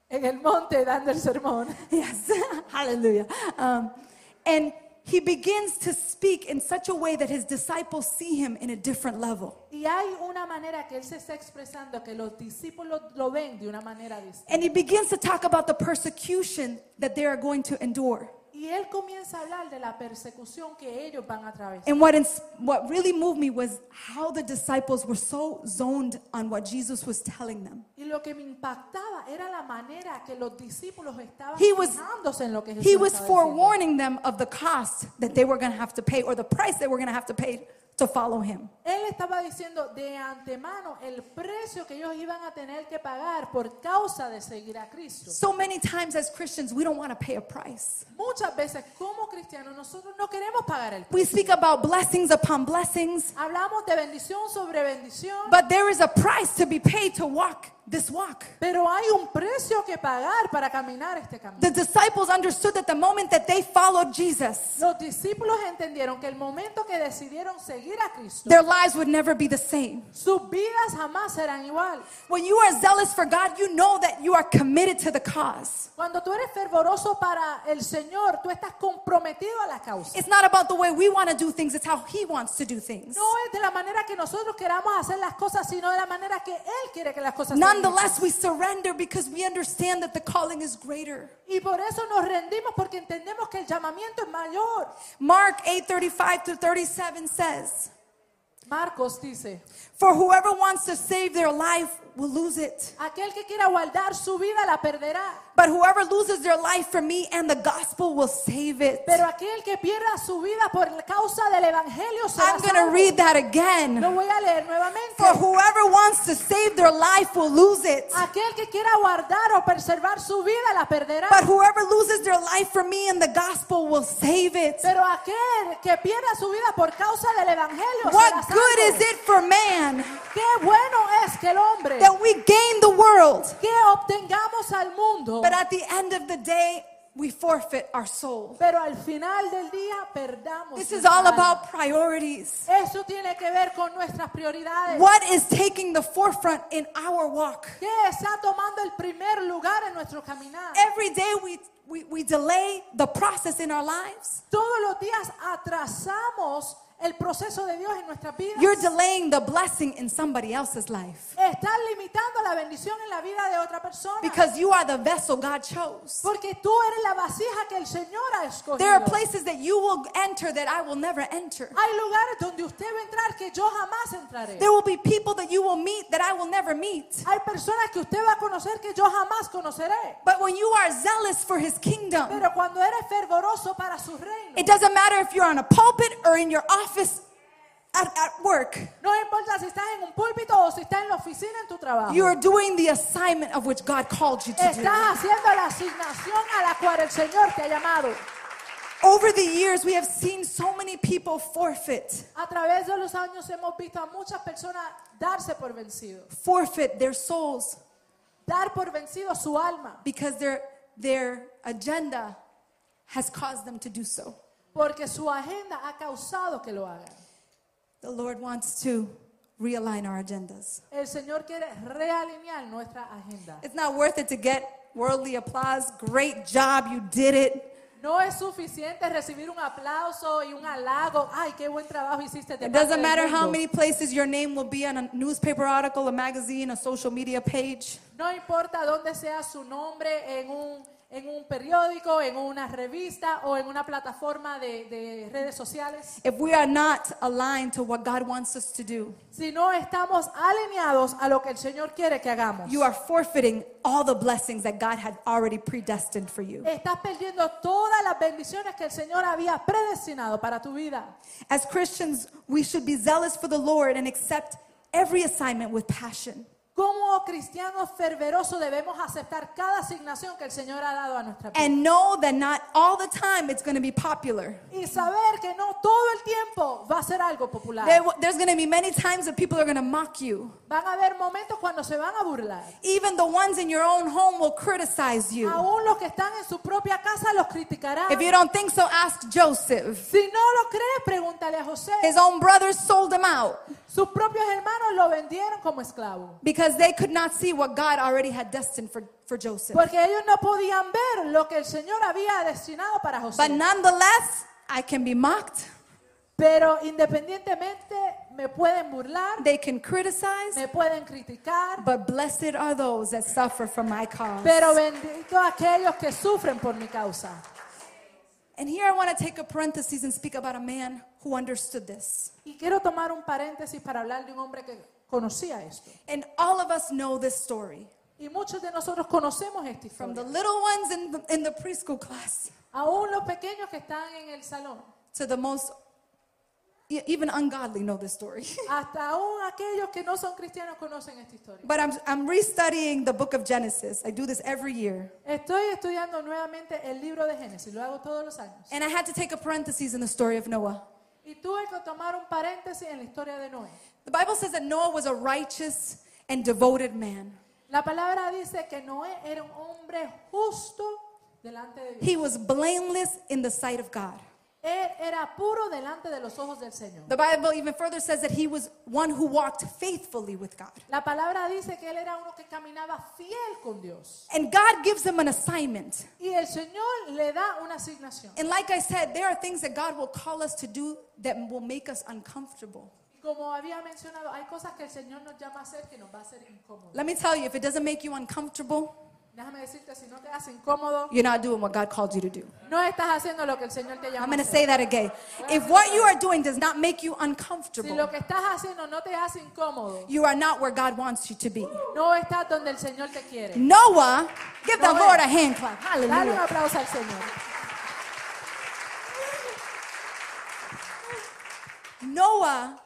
Speaker 2: en el monte dando el sermón.
Speaker 1: Yes, hallelujah. Um, and he begins to speak in such a way that his disciples see him in a different level.
Speaker 2: Y hay una manera que él se está expresando que los discípulos lo ven de una manera distinta.
Speaker 1: And he begins to talk about the persecution that they are going to endure.
Speaker 2: Y él comienza a hablar de la persecución que ellos van a atravesar.
Speaker 1: And what, ins- what really moved me was how the disciples were so zoned on what Jesus was telling them.
Speaker 2: Y lo que me impactaba era la manera que los discípulos estaban
Speaker 1: He was-
Speaker 2: fijándose en lo que Jesús
Speaker 1: He was
Speaker 2: estaba diciendo.
Speaker 1: forewarning them of the cost that they were going to have to pay or the price they were going to have to pay to follow him.
Speaker 2: Él estaba diciendo de antemano el precio que ellos iban a tener que pagar por causa de seguir a Cristo.
Speaker 1: So many times as Christians, we don't want to pay a price.
Speaker 2: Muchas veces como cristianos nosotros no queremos pagar el precio.
Speaker 1: We speak about blessings upon blessings,
Speaker 2: Hablamos de bendición sobre bendición.
Speaker 1: but there is a price to be paid to walk this walk.
Speaker 2: Pero hay un precio que pagar para caminar este camino.
Speaker 1: The disciples understood that the moment that they followed Jesus,
Speaker 2: Los discípulos entendieron que el momento que decidieron seguir a Cristo,
Speaker 1: their lives would never be the same.
Speaker 2: sus vidas jamás serán igual.
Speaker 1: When you are zealous for God, you know that you are committed to the cause.
Speaker 2: Cuando tú eres fervoroso para el Señor, tú estás comprometido a la causa.
Speaker 1: It's not about the way we want to do things, it's how He wants to do things.
Speaker 2: No es de la manera que nosotros queramos hacer las cosas, sino de la manera que Él quiere que las cosas sean. hechas.
Speaker 1: Nonetheless, we surrender because we understand that the calling is greater.
Speaker 2: Y por eso nos rendimos porque entendemos que el llamamiento es mayor.
Speaker 1: Mark 8:35 to 37 says,
Speaker 2: Marcos dice,
Speaker 1: "For whoever wants to save their life will lose it,
Speaker 2: aquel que quiera guardar su vida la perderá,
Speaker 1: but whoever loses their life for me and the gospel will save it."
Speaker 2: pero aquel que pierda su vida por la causa del evangelio será
Speaker 1: I'm going to
Speaker 2: salvo.
Speaker 1: read that again.
Speaker 2: Lo voy a leer nuevamente.
Speaker 1: For whoever wants to save their life will lose it,
Speaker 2: Aquel que quiera guardar o preservar su vida la perderá.
Speaker 1: but whoever loses their life for me and the gospel will save it.
Speaker 2: Pero aquel que pierda su vida por causa del evangelio será
Speaker 1: What
Speaker 2: salvo.
Speaker 1: good is it for man
Speaker 2: Qué bueno es que el hombre
Speaker 1: that we gain the world,
Speaker 2: que obtengamos al mundo,
Speaker 1: but at the end of the day we forfeit our soul?
Speaker 2: pero al final del día perdamos.
Speaker 1: This is
Speaker 2: nuestra
Speaker 1: all
Speaker 2: alma.
Speaker 1: about priorities.
Speaker 2: Eso tiene que ver con nuestras prioridades.
Speaker 1: What is taking the forefront in our walk?
Speaker 2: ¿Qué está tomando el primer lugar en nuestro caminar?
Speaker 1: Every day we, we, we delay the process in our lives.
Speaker 2: Todos los días atrasamos el proceso de Dios en nuestras vidas.
Speaker 1: You're delaying the blessing in somebody else's life
Speaker 2: Estás limitando la bendición en la vida de otra persona.
Speaker 1: because you are the vessel God chose.
Speaker 2: Porque tú eres la vasija que el Señor ha escogido.
Speaker 1: There are places that you will enter that I will never enter.
Speaker 2: Hay lugares donde usted va a entrar que yo jamás entraré.
Speaker 1: There will be people that you will meet that I will never meet.
Speaker 2: Hay personas que usted va a conocer que yo jamás conoceré.
Speaker 1: But when you are zealous for his kingdom,
Speaker 2: Pero cuando eres fervoroso para su reino,
Speaker 1: it doesn't matter if you're on a pulpit or in your office at, at work,
Speaker 2: no importa si estás en un púlpito o si estás en la oficina en tu trabajo.
Speaker 1: you are doing the assignment of which God called you to do.
Speaker 2: Estás haciendo la asignación a la cual el Señor te ha llamado.
Speaker 1: Over the years, we have seen so many people forfeit,
Speaker 2: A través de los años hemos visto a muchas personas darse por vencido,
Speaker 1: forfeit their souls
Speaker 2: dar por vencido su alma,
Speaker 1: because their their agenda has caused them to do so.
Speaker 2: porque su agenda ha causado que lo hagan.
Speaker 1: The Lord wants to realign our agendas.
Speaker 2: El Señor quiere realinear nuestra agenda.
Speaker 1: It's not worth it to get worldly applause. Great job, you did it.
Speaker 2: No es suficiente recibir un aplauso y un halago. Ay, qué buen trabajo hiciste. de
Speaker 1: It
Speaker 2: parte
Speaker 1: doesn't
Speaker 2: del
Speaker 1: matter how
Speaker 2: mundo.
Speaker 1: many places your name will be on a newspaper article, a magazine, a social media page.
Speaker 2: No importa dónde sea su nombre, en un, en un periódico, en una revista o en una plataforma de, de redes sociales.
Speaker 1: If we are not aligned to what God wants us to do,
Speaker 2: Si no estamos alineados a lo que el Señor quiere que hagamos,
Speaker 1: You are forfeiting all the blessings that God had already predestined for you.
Speaker 2: estás perdiendo todas las bendiciones que el Señor había predestinado para tu vida.
Speaker 1: As Christians, we should be zealous for the Lord and accept every assignment with passion.
Speaker 2: Como cristianos fervorosos debemos aceptar cada asignación que el Señor ha dado a nuestra vida.
Speaker 1: And know that not all the time it's going to be popular.
Speaker 2: Y saber que no todo el tiempo va a ser algo
Speaker 1: There
Speaker 2: popular.
Speaker 1: w- there's going to be many times that people are going to mock you.
Speaker 2: Van a haber momentos cuando se van a burlar.
Speaker 1: Even the ones in your own home will criticize you.
Speaker 2: Aún los que están en su propia casa los criticarán.
Speaker 1: If you don't think so, ask Joseph.
Speaker 2: Si no lo crees, pregúntale a José.
Speaker 1: His own brothers sold him out
Speaker 2: Sus propios hermanos lo vendieron como esclavo.
Speaker 1: because they could not see what God already had destined for, for Joseph.
Speaker 2: Porque ellos no podían ver lo que el Señor había destinado para José.
Speaker 1: But nonetheless, I can be mocked.
Speaker 2: Pero independientemente, me pueden burlar,
Speaker 1: They can criticize,
Speaker 2: me pueden criticar.
Speaker 1: but blessed are those that suffer from my cause.
Speaker 2: Pero bendito a aquellos que sufren por mi causa.
Speaker 1: And here I want to take a parenthesis and speak about a man who understood this.
Speaker 2: Y quiero tomar un paréntesis para hablar de un hombre que conocía esto.
Speaker 1: And all of us know this story
Speaker 2: Y muchos de nosotros conocemos esta
Speaker 1: from the
Speaker 2: historia.
Speaker 1: little ones in the, in the preschool class
Speaker 2: Aún los pequeños que están en el salón,
Speaker 1: to the most, e- even ungodly know this story.
Speaker 2: hasta aún aquellos que no son cristianos conocen esta historia.
Speaker 1: But I'm, I'm restudying the book of Genesis. I do this every year.
Speaker 2: Estoy estudiando nuevamente el libro de Génesis, lo hago todos los años.
Speaker 1: And I had to take a parenthesis in the story of Noah.
Speaker 2: Y tuve que tomar un paréntesis en la historia de Noé.
Speaker 1: The Bible says that Noah was a righteous and devoted man.
Speaker 2: La palabra dice que Noé era un hombre justo delante de Dios.
Speaker 1: He was blameless in the sight of God.
Speaker 2: Él era puro delante de los ojos del Señor.
Speaker 1: The Bible even further says that he was one who walked faithfully with God.
Speaker 2: La palabra dice que él era uno que caminaba fiel con Dios.
Speaker 1: And God gives him an assignment.
Speaker 2: Y el Señor le da una asignación.
Speaker 1: And like I said, there are things that God will call us to do that will make us uncomfortable.
Speaker 2: Y Como había mencionado, hay cosas que el Señor nos llama a hacer que nos va a hacer incómodo.
Speaker 1: Let me tell you, if it doesn't make you uncomfortable,
Speaker 2: Déjame decirte, si no te hace incómodo,
Speaker 1: you're not doing what God called you to do.
Speaker 2: no estás haciendo lo que el Señor te
Speaker 1: I'm
Speaker 2: llama a
Speaker 1: going to
Speaker 2: hacer.
Speaker 1: say that again. If what you are doing does not make you
Speaker 2: Si lo
Speaker 1: uncomfortable,
Speaker 2: que estás haciendo no te hace incómodo,
Speaker 1: you are not where God wants you to be.
Speaker 2: no estás donde el Señor te quiere.
Speaker 1: Noah, give the
Speaker 2: Noé.
Speaker 1: Lord a hand clap.
Speaker 2: Dale un
Speaker 1: Hallelujah.
Speaker 2: aplauso al Señor.
Speaker 1: Noah,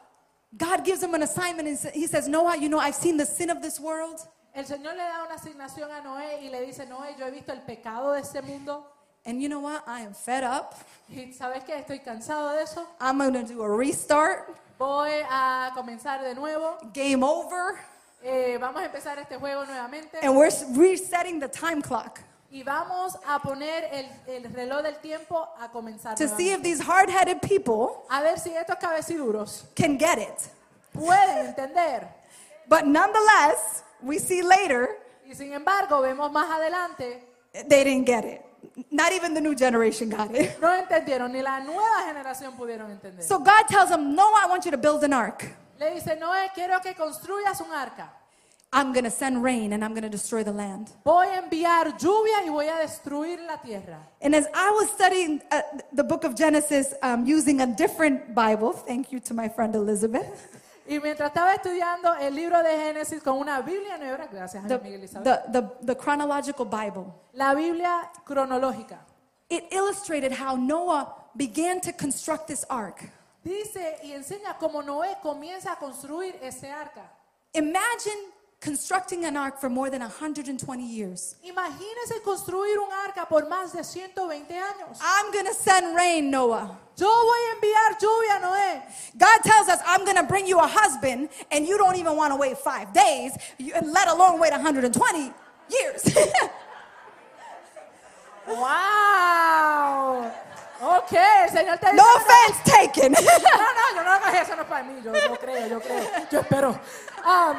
Speaker 1: God gives him an assignment and sa- he says, Noah, you know, I've seen the sin of this world.
Speaker 2: El Señor le da una asignación a Noé y le dice, Noé, yo he visto el pecado de este mundo
Speaker 1: And you know what? I am fed up.
Speaker 2: y sabes que estoy cansado de eso.
Speaker 1: I'm going to do a restart.
Speaker 2: Voy a comenzar de nuevo.
Speaker 1: Game over.
Speaker 2: Eh, vamos a empezar este juego nuevamente
Speaker 1: And we're s- resetting the time clock
Speaker 2: y vamos a poner el, el reloj del tiempo a comenzar.
Speaker 1: to see
Speaker 2: nuevamente.
Speaker 1: if these hard headed people
Speaker 2: A ver si estos cabeciduros
Speaker 1: can get it.
Speaker 2: pueden entender.
Speaker 1: But nonetheless, we see later
Speaker 2: Y sin embargo, vemos más adelante,
Speaker 1: they didn't get it. Not even the new generation got it.
Speaker 2: no entendieron, ni la nueva generación pudieron entender.
Speaker 1: So God tells them, No, I want you to build an ark.
Speaker 2: le dice, Noé, quiero que construyas un arca.
Speaker 1: I'm going to send rain and I'm going to destroy the land.
Speaker 2: Voy a enviar lluvia y voy a destruir la tierra.
Speaker 1: And as I was studying uh, the book of Genesis um, using a different Bible, thank you to my friend Elizabeth,
Speaker 2: Y mientras estaba estudiando el libro de Génesis con una Biblia nueva, gracias a
Speaker 1: the,
Speaker 2: Miguel Isabel,
Speaker 1: the, the, the chronological Bible,
Speaker 2: la Biblia cronológica,
Speaker 1: it illustrated how Noah began to construct this ark.
Speaker 2: dice y enseña cómo Noé comienza a construir ese arca.
Speaker 1: Imagine constructing an ark for more than 120 years.
Speaker 2: Imagínense construir un arca por más de 120 años.
Speaker 1: I'm going to send rain, Noah.
Speaker 2: Yo voy a enviar lluvia, Noé.
Speaker 1: God tells us, I'm going to bring you a husband, and you don't even want to wait five days, you- let alone wait 120 years.
Speaker 2: ¡Wow! Ok, el Señor te dice.
Speaker 1: no offense taken.
Speaker 2: No, no, yo no lo cogí, eso no es para mí. Yo, yo creo, yo creo, yo espero. Um,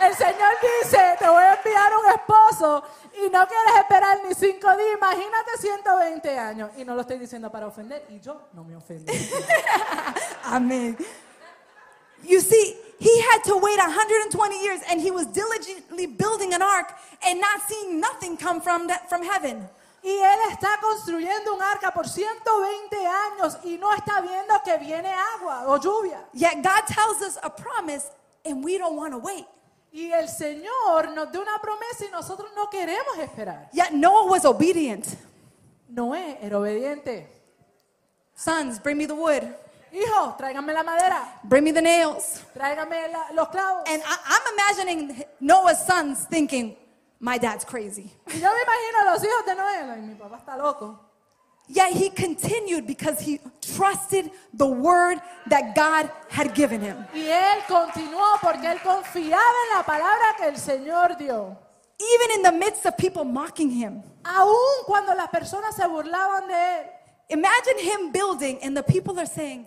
Speaker 2: el Señor dice: Te voy a enviar un esposo y no quieres esperar ni cinco días. Imagínate 120 años. Y no lo estoy diciendo para ofender, y yo no me ofendo.
Speaker 1: Amen. You see, he had to wait 120 years, and he was diligently building an ark and not seeing nothing come from, that, from heaven.
Speaker 2: Y él está construyendo un arca por 120 años y no está viendo que viene agua o lluvia.
Speaker 1: Yet God tells us a promise, and we don't want to wait.
Speaker 2: Y el Señor nos da una promesa y nosotros no queremos esperar.
Speaker 1: Yet Noah was obedient.
Speaker 2: Noé era obediente.
Speaker 1: Sons, bring me the wood,
Speaker 2: Hijo, tráigame la madera,
Speaker 1: bring me the nails.
Speaker 2: tráigame la- los clavos.
Speaker 1: And I, I'm imagining Noah's sons thinking, my dad's crazy.
Speaker 2: Y yo me imagino a los hijos de Noé, like, mi papá está loco.
Speaker 1: Yet he continued because he trusted the word that God had given him.
Speaker 2: Y él continuó porque él confiaba en la palabra que el Señor dio.
Speaker 1: Even in the midst of people mocking him.
Speaker 2: Aún cuando las personas se burlaban de él.
Speaker 1: Imagine him building and the people are saying,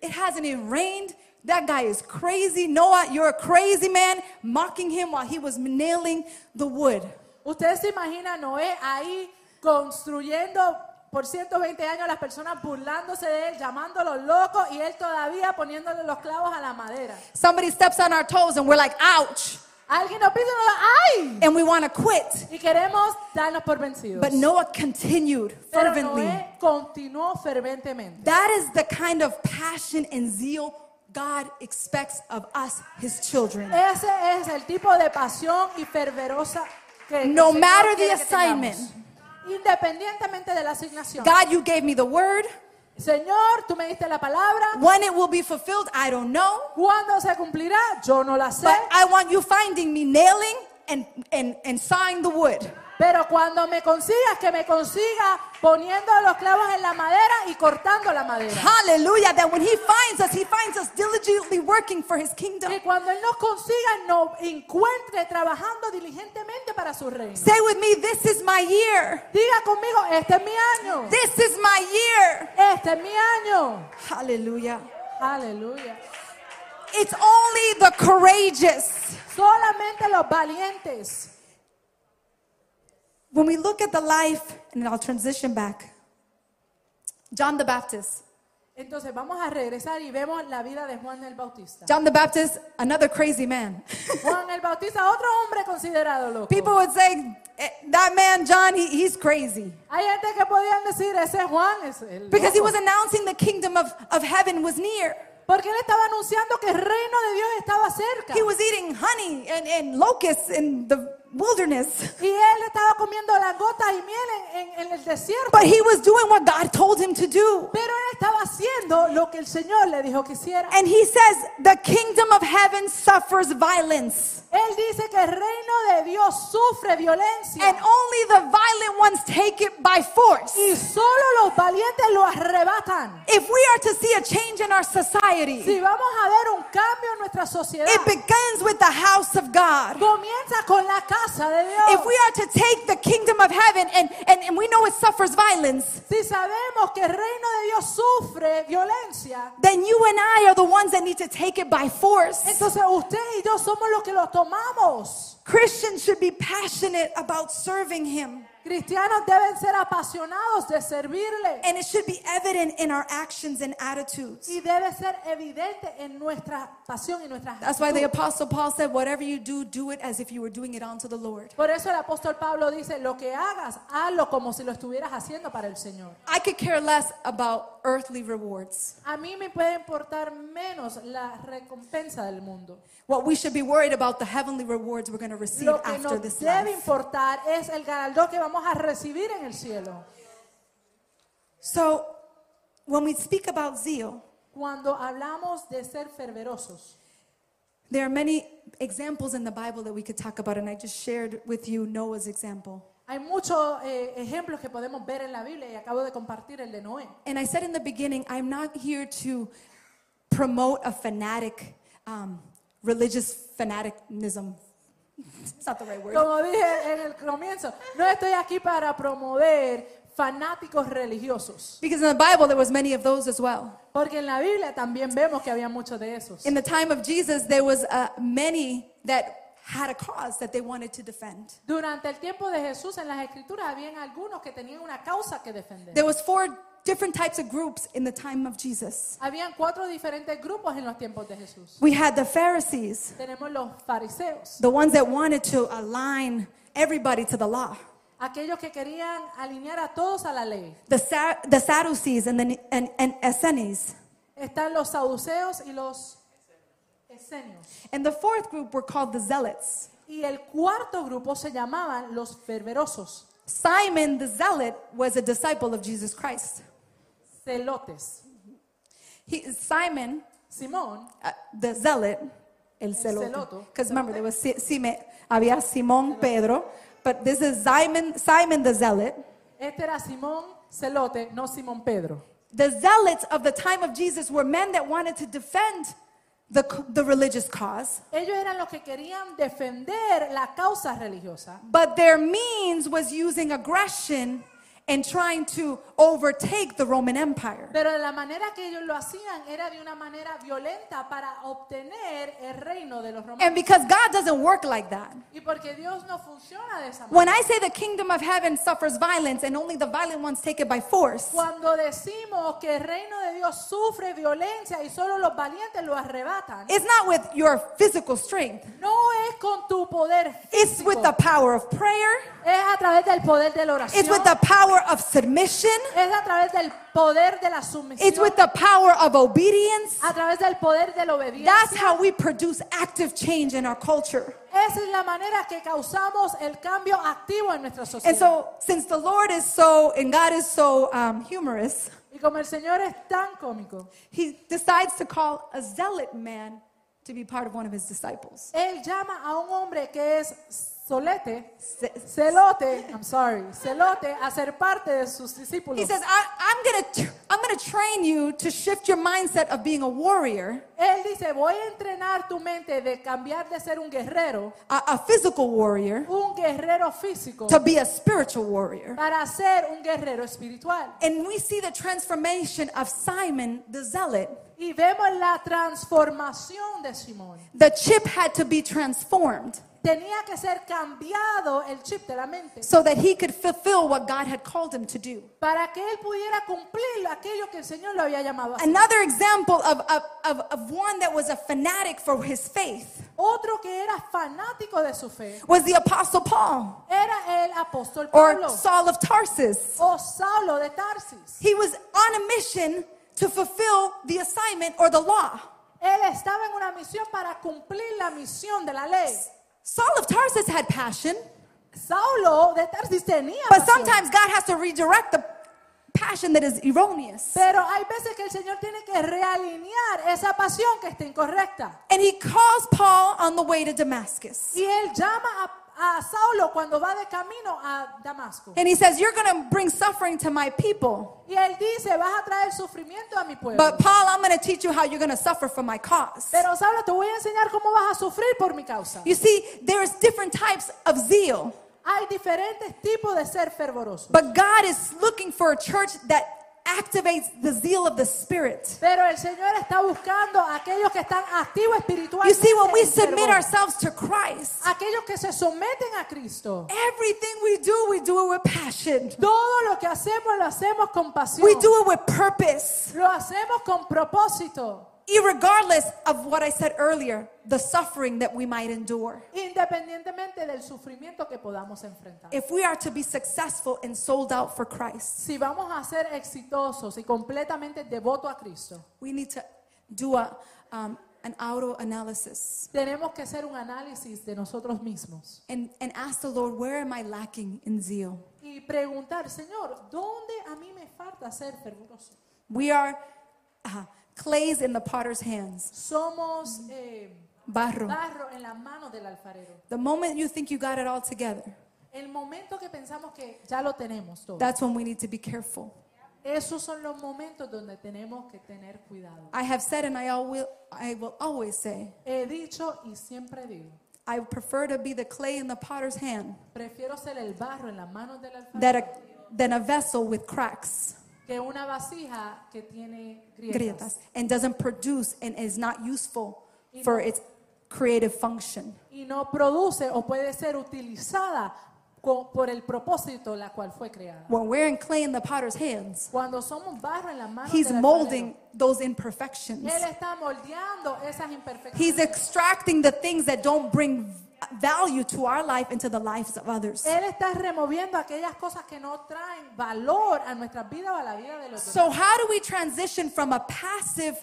Speaker 1: it hasn't even rained. That guy is crazy. Noah, you're a crazy man. Mocking him while he was nailing the wood.
Speaker 2: Ustedes se imaginan a Noé ahí construyendo por 120 años, las personas burlándose de él, llamándolo loco y él todavía poniéndole los clavos a la madera.
Speaker 1: Somebody steps on our toes and we're like, ouch.
Speaker 2: Alguien nos pide, nos da, ¡ay!
Speaker 1: And we want to quit.
Speaker 2: Y queremos darnos por vencidos.
Speaker 1: But Noah continued
Speaker 2: Pero
Speaker 1: fervently.
Speaker 2: Noé continuó ferventemente.
Speaker 1: That is the kind of passion and zeal God expects of us, His children.
Speaker 2: Ese es el tipo de pasión y fervorosa que
Speaker 1: No
Speaker 2: el Señor
Speaker 1: matter
Speaker 2: quiere
Speaker 1: the
Speaker 2: que tengamos.
Speaker 1: assignment.
Speaker 2: Independientemente de la asignación.
Speaker 1: God, you gave me the word.
Speaker 2: Señor, tú me diste la palabra.
Speaker 1: When it will be fulfilled, I don't know.
Speaker 2: ¿Cuándo se cumplirá? Yo no la sé.
Speaker 1: But I want you finding me nailing and, and, and sawing the wood.
Speaker 2: Pero cuando me consigas, que me consiga poniendo los clavos en la madera y cortando la madera.
Speaker 1: Hallelujah. That when he finds us, he finds us diligently working for his kingdom.
Speaker 2: Que cuando Él nos consiga, nos encuentre trabajando diligentemente para su reino.
Speaker 1: Say with me, this is my year.
Speaker 2: Diga conmigo, este es mi año.
Speaker 1: This is my year.
Speaker 2: Este es mi año.
Speaker 1: Hallelujah.
Speaker 2: Aleluya.
Speaker 1: It's only the courageous.
Speaker 2: Solamente los valientes.
Speaker 1: When we look at the life, and I'll transition back. John the Baptist.
Speaker 2: Entonces vamos a regresar y vemos la vida de Juan el Bautista.
Speaker 1: John the Baptist, another crazy man.
Speaker 2: Juan el Bautista, otro hombre considerado loco.
Speaker 1: People would say, "Eh, that man, John, he, he's crazy.
Speaker 2: Hay gente que podían decir, ese Juan es el
Speaker 1: Because he
Speaker 2: loco.
Speaker 1: was announcing the kingdom of, of heaven was near.
Speaker 2: Porque él estaba anunciando que el reino de Dios estaba cerca.
Speaker 1: He was eating honey and, and locusts in the wilderness.
Speaker 2: Y él estaba comiendo langotas y miel en, en- en el desierto.
Speaker 1: But he was doing what God told him to do.
Speaker 2: Pero él estaba haciendo lo que el Señor le dijo que hiciera.
Speaker 1: And he says, the kingdom of heaven suffers violence,
Speaker 2: Él dice que el reino de Dios sufre violencia.
Speaker 1: and only the violent ones take it by
Speaker 2: y
Speaker 1: force.
Speaker 2: solo los valientes lo arrebatan.
Speaker 1: If we are to see a change in our society,
Speaker 2: Si vamos a ver un cambio en nuestra sociedad,
Speaker 1: it begins with the house of God.
Speaker 2: comienza con la casa de Dios.
Speaker 1: If we are to take the kingdom of heaven and, and, and we know it suffers violence,
Speaker 2: si sabemos que el reino de Dios sufre violencia,
Speaker 1: then you and I are the ones that need to take it by force.
Speaker 2: entonces usted y yo somos los que lo tomamos.
Speaker 1: Christians should be passionate about serving Him,
Speaker 2: Cristianos deben ser apasionados de servirle
Speaker 1: and it should be evident in our actions and attitudes.
Speaker 2: y debe ser evidente en nuestra pasión y nuestras
Speaker 1: That's why the
Speaker 2: actitudes.
Speaker 1: Apostle Paul said, Whatever you do, do it as if you were doing it unto the Lord.
Speaker 2: Por eso el apóstol Pablo dice, lo que hagas, hazlo como si lo estuvieras haciendo para el Señor.
Speaker 1: I could care less about earthly rewards.
Speaker 2: A mí me puede importar menos la recompensa del mundo.
Speaker 1: What we should be worried about, the heavenly rewards we're going to receive
Speaker 2: Lo que
Speaker 1: after
Speaker 2: nos
Speaker 1: this
Speaker 2: debe
Speaker 1: life.
Speaker 2: importar es el galardón que vamos a recibir en el cielo.
Speaker 1: So, when we speak about zeal,
Speaker 2: Cuando hablamos de ser fervorosos,
Speaker 1: There are many examples in the Bible that we could talk about, and I just shared with you Noah's example.
Speaker 2: hay muchos eh, ejemplos que podemos ver en la Biblia y acabo de compartir el de Noé.
Speaker 1: And I said in the beginning, I'm not here to promote a fanatic, um, religious fanaticism. It's not the right word.
Speaker 2: Como dije en el comienzo, no estoy aquí para promover fanáticos religiosos,
Speaker 1: Because in the Bible, there was many of those as well.
Speaker 2: porque en la Biblia también vemos que había muchos de esos.
Speaker 1: In the time of Jesus, there was uh, many that had a cause that they wanted to defend.
Speaker 2: Durante el tiempo de Jesús en las escrituras habían algunos que tenían una causa que defender.
Speaker 1: There was four different types of groups in the time of Jesus.
Speaker 2: Habían cuatro diferentes grupos en los tiempos de Jesús.
Speaker 1: We had the Pharisees.
Speaker 2: Tenemos los fariseos,
Speaker 1: the ones that wanted to align everybody to the law
Speaker 2: aquellos que querían alinear a todos a la ley.
Speaker 1: the, Sa- the sadducees and the and, and essenes
Speaker 2: Están los saduceos y los esenios.
Speaker 1: and the fourth group were called the zealots
Speaker 2: Y el cuarto grupo se llamaban los fervorosos,
Speaker 1: simon the zealot was a disciple of jesus christ
Speaker 2: celotes.
Speaker 1: he, simon
Speaker 2: Simón,
Speaker 1: uh, the zealot el
Speaker 2: celoto.
Speaker 1: celoto because remember there was Si- Sime, había simon pedro but this is simon simon the zealot
Speaker 2: este era Simón celote, no Simón Pedro.
Speaker 1: the zealots of the time of jesus were men that wanted to defend the, c- the religious cause
Speaker 2: Ellos eran los que querían defender la causa religiosa.
Speaker 1: But their means was using aggression and trying to overtake the Roman Empire.
Speaker 2: Pero la manera que ellos lo hacían era de una manera violenta para obtener el reino de los romanos.
Speaker 1: And because God doesn't work like that.
Speaker 2: Y porque Dios no funciona de esa manera.
Speaker 1: When I say the kingdom of heaven suffers violence and only the violent ones take it by force,
Speaker 2: Cuando decimos que el reino de Dios sufre violencia y solo los valientes lo arrebatan,
Speaker 1: it's not with your physical strength,
Speaker 2: no es con tu poder
Speaker 1: it's
Speaker 2: físico,
Speaker 1: with the power of prayer,
Speaker 2: es a través del poder de la oración,
Speaker 1: it's with the power of submission,
Speaker 2: es a través del poder de la
Speaker 1: it's
Speaker 2: sumisión,
Speaker 1: with the power of obedience.
Speaker 2: a través del poder de la obediencia.
Speaker 1: That's how we produce active change in our culture.
Speaker 2: Esa es la manera que causamos el cambio activo en nuestra
Speaker 1: And
Speaker 2: sociedad.
Speaker 1: so, since the Lord is so, and God is so um, humorous,
Speaker 2: y como el Señor es tan cómico,
Speaker 1: He decides to call a zealot man to be part of one of his disciples.
Speaker 2: Él llama a un hombre que es solete,
Speaker 1: Se-
Speaker 2: celote, I'm sorry, celote a ser parte de sus discípulos.
Speaker 1: He says, I, I'm going to I'm going to train you to shift your mindset of being a warrior,
Speaker 2: Él dice, voy a entrenar tu mente de cambiar de ser un guerrero,
Speaker 1: a, a physical warrior,
Speaker 2: un guerrero físico,
Speaker 1: to be a spiritual warrior.
Speaker 2: para ser un guerrero espiritual.
Speaker 1: And we see the transformation of Simon the Zealot.
Speaker 2: Y vemos la transformación de Simón.
Speaker 1: The chip had to be transformed
Speaker 2: Tenía que ser cambiado el chip de la mente
Speaker 1: so that he could fulfill what God had called him to do.
Speaker 2: para que él pudiera cumplir aquello que el Señor lo había llamado a hacer.
Speaker 1: Another example of, of, of, of one that was a fanatic for his faith
Speaker 2: Otro que era fanático de su fe
Speaker 1: was the Apostle Paul
Speaker 2: era el apóstol
Speaker 1: or
Speaker 2: Pablo
Speaker 1: Saul of Tarsus.
Speaker 2: o Saulo de Tarsis.
Speaker 1: He was on a mission to fulfill the assignment or the law.
Speaker 2: Él estaba en una misión para cumplir la misión de la ley.
Speaker 1: Saul of Tarsus had passion,
Speaker 2: Saulo de Tarsis tenía
Speaker 1: but
Speaker 2: pasión,
Speaker 1: sometimes God has to redirect the passion that is erroneous.
Speaker 2: pero hay veces que el Señor tiene que realinear esa pasión que está incorrecta.
Speaker 1: And he calls Paul on the way to Damascus.
Speaker 2: Y él llama a, a Saulo cuando va de camino a Damasco.
Speaker 1: And he says, You're going to bring suffering to my people.
Speaker 2: Y él dice, vas a traer sufrimiento a mi pueblo.
Speaker 1: But Paul, I'm going to teach you how you're going to suffer for my cause.
Speaker 2: Pero Saulo, te voy a enseñar cómo vas a sufrir por mi causa.
Speaker 1: You see, there's different types of zeal,
Speaker 2: Hay diferentes tipos de ser fervoroso.
Speaker 1: but God is looking for a church that activates the zeal of the Spirit.
Speaker 2: Pero el Señor está buscando a aquellos que están activos
Speaker 1: You
Speaker 2: espiritualmente.
Speaker 1: see, when we
Speaker 2: en fervor.
Speaker 1: submit ourselves to Christ,
Speaker 2: aquellos que se someten a Cristo.
Speaker 1: everything we do, we do it with passion.
Speaker 2: Todo lo que hacemos lo hacemos con pasión.
Speaker 1: We do it with purpose,
Speaker 2: Lo hacemos con propósito,
Speaker 1: regardless of what I said earlier, the suffering that we might endure.
Speaker 2: independientemente del sufrimiento que podamos enfrentar.
Speaker 1: If we are to be successful and sold out for Christ,
Speaker 2: Si vamos a ser exitosos y completamente devotos a Cristo,
Speaker 1: we need to do a, um, an auto analysis.
Speaker 2: tenemos que hacer un análisis de nosotros mismos
Speaker 1: and, and ask the Lord, where am I lacking in zeal?
Speaker 2: y preguntar, Señor, ¿dónde a mí me falta ser fervoroso?
Speaker 1: We are uh, clays in the potter's hands,
Speaker 2: Somos eh,
Speaker 1: barro.
Speaker 2: barro en las manos del alfarero.
Speaker 1: The moment you think you got it all together,
Speaker 2: El momento que pensamos que ya lo tenemos todo.
Speaker 1: that's when we need to be careful.
Speaker 2: Esos son los momentos donde tenemos que tener cuidado.
Speaker 1: I have said, and I, all will, I will always say,
Speaker 2: He dicho y siempre digo,
Speaker 1: I prefer to be the clay in the potter's hand
Speaker 2: prefiero ser el barro en las manos del
Speaker 1: that
Speaker 2: alfarero
Speaker 1: a, than a vessel with cracks,
Speaker 2: que una vasija que tiene grietas
Speaker 1: grietas, and doesn't produce and is not useful for its creative function.
Speaker 2: y no produce o puede ser utilizada co- por el propósito la cual fue creada.
Speaker 1: When we're in clay in the potter's hands,
Speaker 2: Cuando somos barro en las manos
Speaker 1: he's
Speaker 2: del
Speaker 1: molding
Speaker 2: alfarero,
Speaker 1: those imperfections.
Speaker 2: él está moldeando esas imperfecciones.
Speaker 1: He's extracting the things that don't bring value to our life and to the lives of others.
Speaker 2: Él está removiendo aquellas cosas que no traen valor a nuestras vidas o a la vida de los demás.
Speaker 1: So, how do we transition from a passive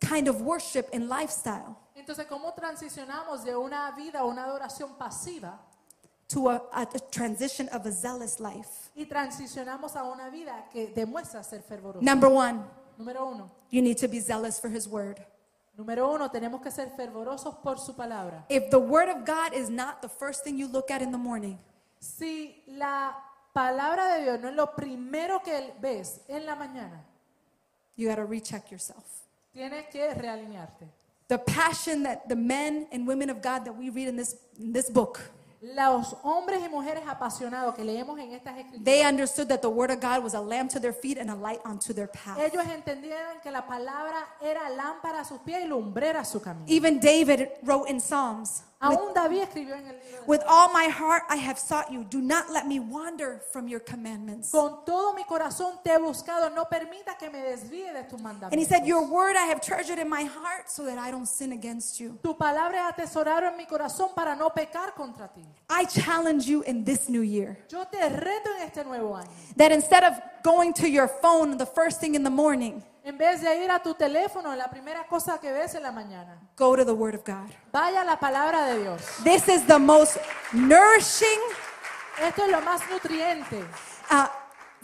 Speaker 1: kind of worship and lifestyle
Speaker 2: Entonces, ¿cómo transicionamos de una vida o una adoración pasiva
Speaker 1: to a, a, a transition of a zealous life?
Speaker 2: y transicionamos a una vida que demuestra ser fervoroso?
Speaker 1: Number one,
Speaker 2: Número uno.
Speaker 1: you need to be zealous for His Word.
Speaker 2: Número uno, tenemos que ser fervorosos por su palabra.
Speaker 1: If the Word of God is not the first thing you look at in the morning,
Speaker 2: Si la palabra de Dios no es lo primero que ves en la mañana,
Speaker 1: you got to recheck yourself.
Speaker 2: tienes que realinearte.
Speaker 1: The passion that the men and women of God that we read in this, in this book,
Speaker 2: Los hombres y mujeres apasionados que leemos en estas
Speaker 1: they
Speaker 2: escrituras,
Speaker 1: understood that the Word of God was a lamp to their feet and a light unto their path.
Speaker 2: ellos entendieron que la palabra era lámpara a sus pies y lumbrera a su camino.
Speaker 1: Even David wrote in Psalms,
Speaker 2: Aún David escribió en el libro de
Speaker 1: With all my heart I have sought you. Do not let me wander from your commandments.
Speaker 2: Con todo mi corazón te he buscado, no permita que me desvíe de tus
Speaker 1: And he said,
Speaker 2: mandamientos.
Speaker 1: Your word I have treasured in my heart so that I don't sin against you.
Speaker 2: Tu palabra atesoraron en mi corazón para no pecar contra ti.
Speaker 1: I challenge you in this new year
Speaker 2: Yo te reto en este nuevo año.
Speaker 1: that instead of going to your phone the first thing in the morning,
Speaker 2: En vez de ir a tu teléfono, la primera cosa que ves en la mañana,
Speaker 1: go to the word of God.
Speaker 2: vaya a la palabra de Dios.
Speaker 1: This is the most nourishing
Speaker 2: Esto es lo más nutriente,
Speaker 1: uh,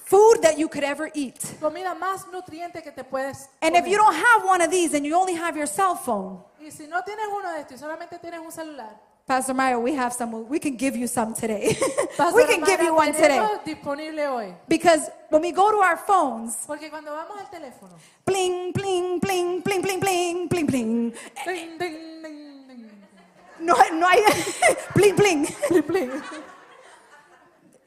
Speaker 1: food that you could ever eat.
Speaker 2: comida más nutriente que te puedes.
Speaker 1: And if
Speaker 2: comer.
Speaker 1: you don't have one of these and you only have your cell phone,
Speaker 2: Y si no tienes uno de estos y solamente tienes un celular,
Speaker 1: Pastor Meyer, we have some. We can give you some today. we
Speaker 2: Pastora
Speaker 1: can give
Speaker 2: Mara,
Speaker 1: you one today.
Speaker 2: tenemos disponible hoy.
Speaker 1: Because when we go to our phones,
Speaker 2: Porque cuando vamos al teléfono.
Speaker 1: bling, bling, bling, bling, bling, bling, bling, bling.
Speaker 2: ding, ding, ding, ding,
Speaker 1: No, no hay. bling, bling.
Speaker 2: pling, pling,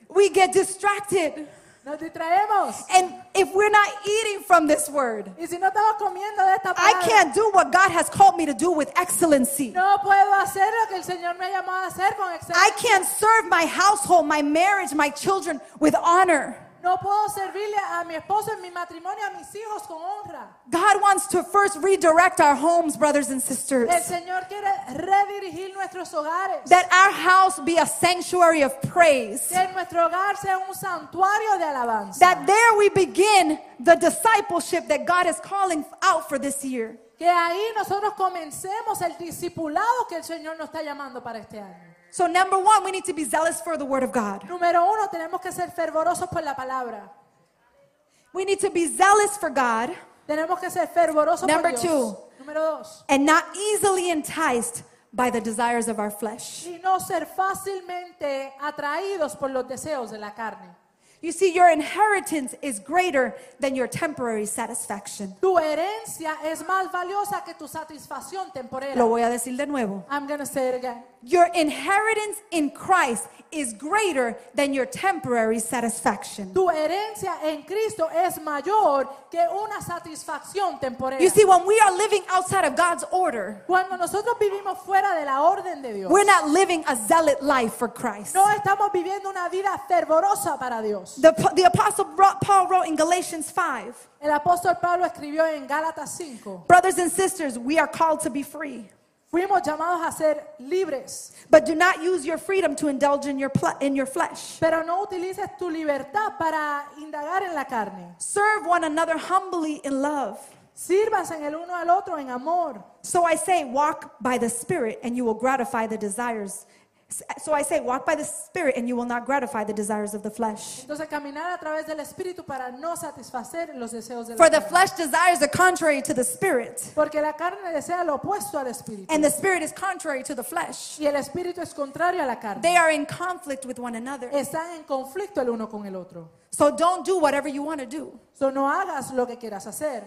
Speaker 1: We get distracted.
Speaker 2: Nos distraemos.
Speaker 1: And if we're not eating from this word,
Speaker 2: Y si no estamos comiendo de esta palabra,
Speaker 1: I can't do what God has called me to do with excellency.
Speaker 2: no puedo hacer lo que el Señor me ha llamado a hacer con
Speaker 1: I
Speaker 2: excelencia.
Speaker 1: can't serve my household, my marriage, my children with honor.
Speaker 2: No puedo servirle a mi esposo en mi matrimonio, a mis hijos con honra.
Speaker 1: God wants to first redirect our homes, brothers and sisters.
Speaker 2: El Señor quiere redirigir nuestros hogares.
Speaker 1: That our house be a sanctuary of praise.
Speaker 2: Que nuestro hogar sea un santuario de alabanza.
Speaker 1: That there we begin the discipleship that God is calling out for this year.
Speaker 2: Que ahí nosotros comencemos el discipulado que el Señor nos está llamando para este año.
Speaker 1: So, number one, we need to be zealous for the word of God.
Speaker 2: Número uno, tenemos que ser fervorosos por la palabra.
Speaker 1: We need to be zealous for God
Speaker 2: Tenemos que ser fervorosos
Speaker 1: Number
Speaker 2: por Dios.
Speaker 1: two.
Speaker 2: Número dos.
Speaker 1: and not easily enticed by the desires of our flesh.
Speaker 2: Y no ser fácilmente atraídos por los deseos de la carne.
Speaker 1: You see, your inheritance is greater than your temporary satisfaction.
Speaker 2: Tu herencia es más valiosa que tu satisfacción temporera.
Speaker 1: Lo voy a decir de nuevo.
Speaker 2: I'm gonna say it again.
Speaker 1: Your inheritance in Christ is greater than your temporary satisfaction.
Speaker 2: Tu herencia en Cristo es mayor que una satisfacción temporera.
Speaker 1: You see, when we are living outside of God's order,
Speaker 2: Cuando nosotros vivimos fuera de la orden de Dios,
Speaker 1: we're not living a zealot life for Christ.
Speaker 2: no estamos viviendo una vida fervorosa para Dios.
Speaker 1: The, the Apostle Bro- Paul wrote in Galatians 5
Speaker 2: El apóstol Pablo escribió en Gálatas 5,
Speaker 1: Brothers and sisters, we are called to be free,
Speaker 2: fuimos llamados a ser libres,
Speaker 1: but do not use your freedom to indulge in your, pl- in your flesh.
Speaker 2: pero no utilices tu libertad para indagar en la carne.
Speaker 1: Serve one another humbly in love.
Speaker 2: Sírvanse en el uno al otro en amor.
Speaker 1: So I say, walk by the Spirit, and you will gratify the desires. So I say, walk by the Spirit, and you will not gratify the desires of the flesh.
Speaker 2: Entonces caminar a través del Espíritu para no satisfacer los deseos de la
Speaker 1: For the
Speaker 2: carne.
Speaker 1: flesh desires are contrary to the Spirit,
Speaker 2: Porque la carne desea lo opuesto al Espíritu.
Speaker 1: and the Spirit is contrary to the flesh.
Speaker 2: Y el Espíritu es contrario a la carne.
Speaker 1: They are in conflict with one another.
Speaker 2: Están en conflicto el uno con el otro.
Speaker 1: So don't do whatever you want to do
Speaker 2: So, no hagas lo que quieras hacer,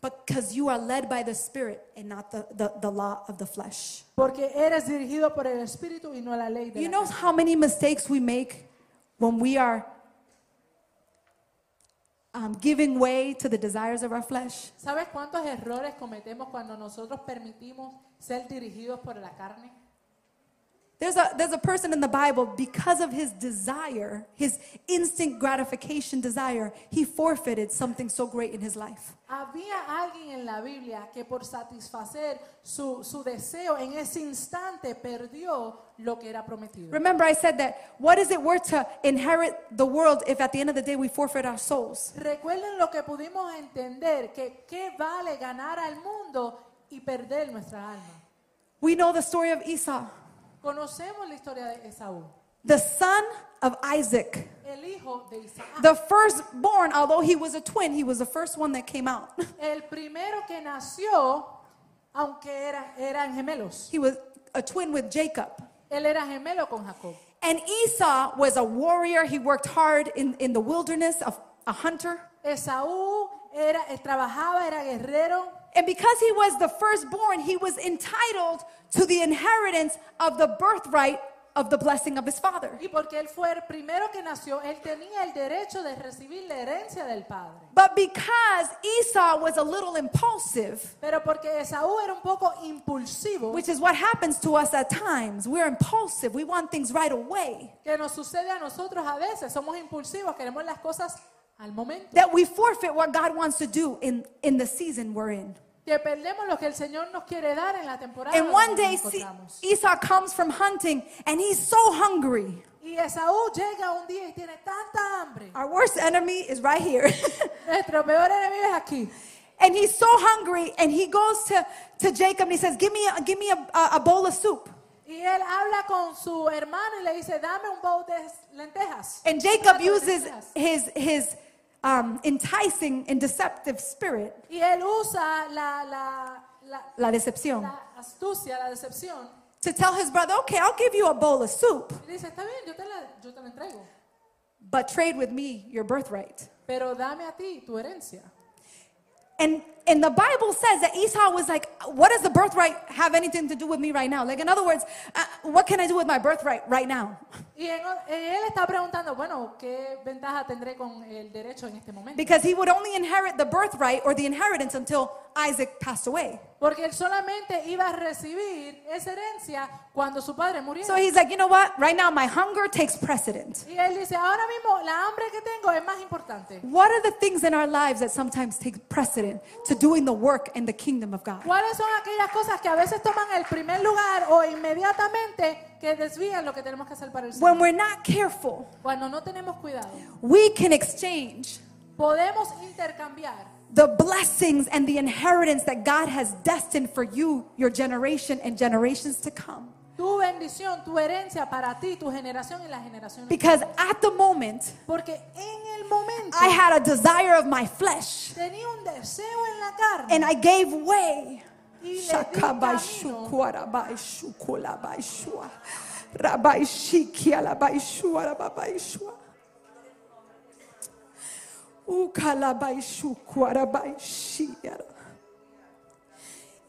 Speaker 1: because you are led by the Spirit and not the, the, the law of the flesh.
Speaker 2: porque eres dirigido por el Espíritu y no la ley de
Speaker 1: You
Speaker 2: la
Speaker 1: know how many mistakes we make when we are um, giving way to the desires of our flesh?
Speaker 2: carne. ¿Sabes cuántos errores cometemos cuando nosotros permitimos ser dirigidos por la carne?
Speaker 1: There's a, there's a person in the Bible, because of his desire, his instant gratification desire, he forfeited something so great in his life.
Speaker 2: Había alguien en la Biblia que por satisfacer su, su deseo en ese instante perdió lo que era prometido.
Speaker 1: Remember, I said that what is it worth to inherit the world if at the end of the day we forfeit our souls?
Speaker 2: Recuerden lo que pudimos entender, que qué vale ganar al mundo y perder nuestra alma.
Speaker 1: We know the story of Esau,
Speaker 2: Conocemos la historia de Esaú,
Speaker 1: the son of Isaac,
Speaker 2: el hijo de Isaac.
Speaker 1: the firstborn, although he was a twin, he was the first one that came out.
Speaker 2: El primero que nació, aunque era, eran gemelos.
Speaker 1: He was a twin with Jacob.
Speaker 2: Él era gemelo con Jacob.
Speaker 1: And Esau was a warrior. He worked hard in, in the wilderness, of a hunter.
Speaker 2: Esaú era, eh, trabajaba, era guerrero.
Speaker 1: And because he was the firstborn, he was entitled to the inheritance of the birthright of the blessing of his father.
Speaker 2: Y porque él fue el primero que nació, él tenía el derecho de recibir la herencia del padre.
Speaker 1: But because Esau was a little impulsive,
Speaker 2: Pero porque Esaú era un poco impulsivo,
Speaker 1: which is what happens to us at times, we're impulsive, we want things right away,
Speaker 2: que nos sucede a nosotros a veces, somos impulsivos, queremos las cosas al momento,
Speaker 1: that we forfeit what God wants to do in, in the season we're in.
Speaker 2: que perdemos lo que el Señor nos quiere dar en la temporada.
Speaker 1: And
Speaker 2: donde
Speaker 1: one
Speaker 2: nos
Speaker 1: day, Se-
Speaker 2: Oh, encontramos.
Speaker 1: Esau comes from hunting and he's so hungry.
Speaker 2: Y Esaú llega un día y tiene tanta hambre.
Speaker 1: Our worst enemy is right here.
Speaker 2: Nuestro peor enemigo es aquí.
Speaker 1: and he's so hungry and he goes to, to Jacob and he says, Give me, a, give me a, a, a bowl of soup.
Speaker 2: Y él habla con su hermano y le dice, dame un bowl de lentejas.
Speaker 1: And Jacob uses his, his um, enticing and deceptive spirit,
Speaker 2: Y él usa la, la, la,
Speaker 1: la decepción,
Speaker 2: la astucia, la decepción,
Speaker 1: to tell his brother, okay, I'll give you a bowl of soup,
Speaker 2: Y dice, está bien, yo te la, yo te la entrego,
Speaker 1: but trade with me your birthright.
Speaker 2: pero dame a ti tu herencia.
Speaker 1: And and the Bible says that Esau was like, what does the birthright have anything to do with me right now? Like in other words, uh, what can I do with my birthright right now?
Speaker 2: Y en o- eh, él está preguntando, bueno, ¿qué ventaja tendré con el derecho en este momento?
Speaker 1: Because he would only inherit the birthright or the inheritance until Isaac passed away.
Speaker 2: Porque él solamente iba a recibir esa herencia cuando su padre
Speaker 1: So
Speaker 2: muriera.
Speaker 1: he's like, you know what? Right now my hunger takes precedent.
Speaker 2: Y él dice, ahora mismo la hambre que tengo es más importante.
Speaker 1: What are the things in our lives that sometimes take precedent to doing the work in the kingdom of God?
Speaker 2: ¿Cuáles son aquellas cosas que a veces toman el primer lugar o inmediatamente que desvían lo que tenemos que hacer para el Señor?
Speaker 1: When we're not careful,
Speaker 2: Cuando no tenemos cuidado,
Speaker 1: we can exchange
Speaker 2: podemos intercambiar
Speaker 1: the blessings and the inheritance that God has destined for you, your generation, and generations to come.
Speaker 2: tu bendición, tu herencia para ti, tu generación y la generación.
Speaker 1: Because at the moment,
Speaker 2: Porque en el momento
Speaker 1: I had a desire of my flesh
Speaker 2: tenía un deseo en la carne.
Speaker 1: and I gave way.
Speaker 2: Y le di camino.
Speaker 1: Shakabaishukuarabaishukulabashua. Rabaishikialabaishuarababaishua. Ukalabaishukuarabaishiara.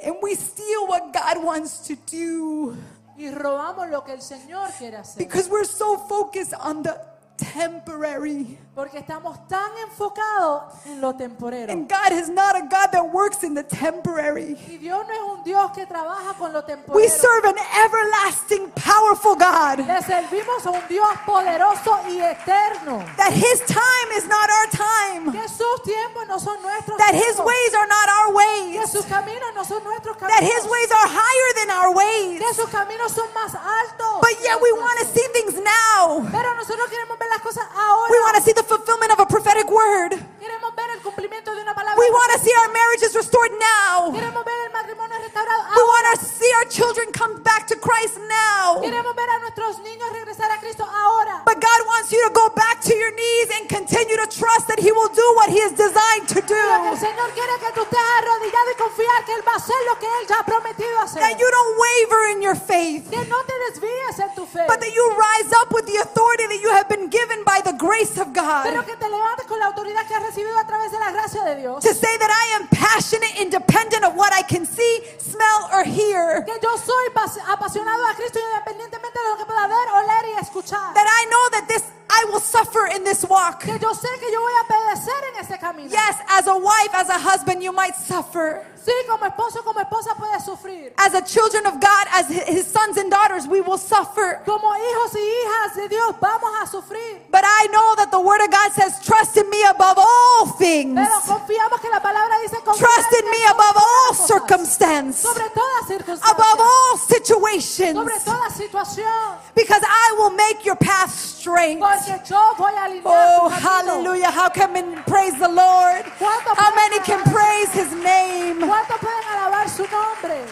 Speaker 1: And we steal what God wants to do
Speaker 2: y robamos lo que el Señor quiere hacer.
Speaker 1: because we're so focused on the temporary.
Speaker 2: Porque estamos tan enfocados en lo temporero.
Speaker 1: And God is not a God that works in the temporary.
Speaker 2: Y Dios no es un Dios que trabaja con lo
Speaker 1: We
Speaker 2: temporero.
Speaker 1: serve an everlasting, powerful God.
Speaker 2: Le servimos a un Dios poderoso y eterno.
Speaker 1: That his time is not our time.
Speaker 2: Que sus tiempos no son nuestros
Speaker 1: That his
Speaker 2: tiempos.
Speaker 1: ways are not our
Speaker 2: Que
Speaker 1: ways.
Speaker 2: sus caminos no son nuestros
Speaker 1: That his
Speaker 2: caminos.
Speaker 1: ways are higher than our
Speaker 2: Que
Speaker 1: ways.
Speaker 2: sus caminos son más altos.
Speaker 1: But yet we want to see things now.
Speaker 2: Pero nosotros queremos ver las cosas
Speaker 1: We
Speaker 2: ahora.
Speaker 1: want to see the fulfillment of a prophetic word.
Speaker 2: Queremos ver el cumplimiento de una palabra.
Speaker 1: We want to see our marriages restored now.
Speaker 2: Queremos ver el matrimonio restaurado
Speaker 1: We
Speaker 2: ahora.
Speaker 1: want to see our children come back to Christ now.
Speaker 2: Queremos ver a nuestros niños regresar a Cristo ahora.
Speaker 1: But God wants you to go back to your knees and continue to trust that he will do what he is designed to
Speaker 2: Lo que el
Speaker 1: do.
Speaker 2: Señor quiere es que tú estés arrodillado y confiar que Él va a hacer lo que Él ya ha prometido hacer.
Speaker 1: That you don't waver in your faith.
Speaker 2: Que no te desvíes en tu fe.
Speaker 1: But that you rise up with the authority that you have been given by the grace of
Speaker 2: Pero
Speaker 1: God
Speaker 2: que te levantes con la autoridad que has recibido a través de la gracia de Dios.
Speaker 1: to say that I am passionate, independent of what I can see, smell, or hear.
Speaker 2: Que yo soy pas- apasionado a Cristo independientemente de lo que pueda ver, oler y escuchar.
Speaker 1: That I know that this I will suffer in this walk.
Speaker 2: Que yo sé que yo voy a perecer en ese camino.
Speaker 1: Yes, as a wife, as a husband, you might suffer.
Speaker 2: Sí, como esposo, como esposa puedes sufrir.
Speaker 1: As a children of God, as hi- his sons and daughters, we will suffer.
Speaker 2: Como hijos y hijas de Dios vamos a sufrir.
Speaker 1: But I know that the word of God says, trust in me above all things.
Speaker 2: Pero confiamos que la palabra dice
Speaker 1: Trust
Speaker 2: confiar
Speaker 1: in me above all circumstance,
Speaker 2: sobre toda circunstancia,
Speaker 1: above all situations.
Speaker 2: sobre toda situación,
Speaker 1: Because I will make your path straight.
Speaker 2: porque yo voy a alinear
Speaker 1: Oh,
Speaker 2: tu camino.
Speaker 1: hallelujah. How can men praise the Lord? How many can praise his name?
Speaker 2: ¿Cuántos pueden alabar su nombre?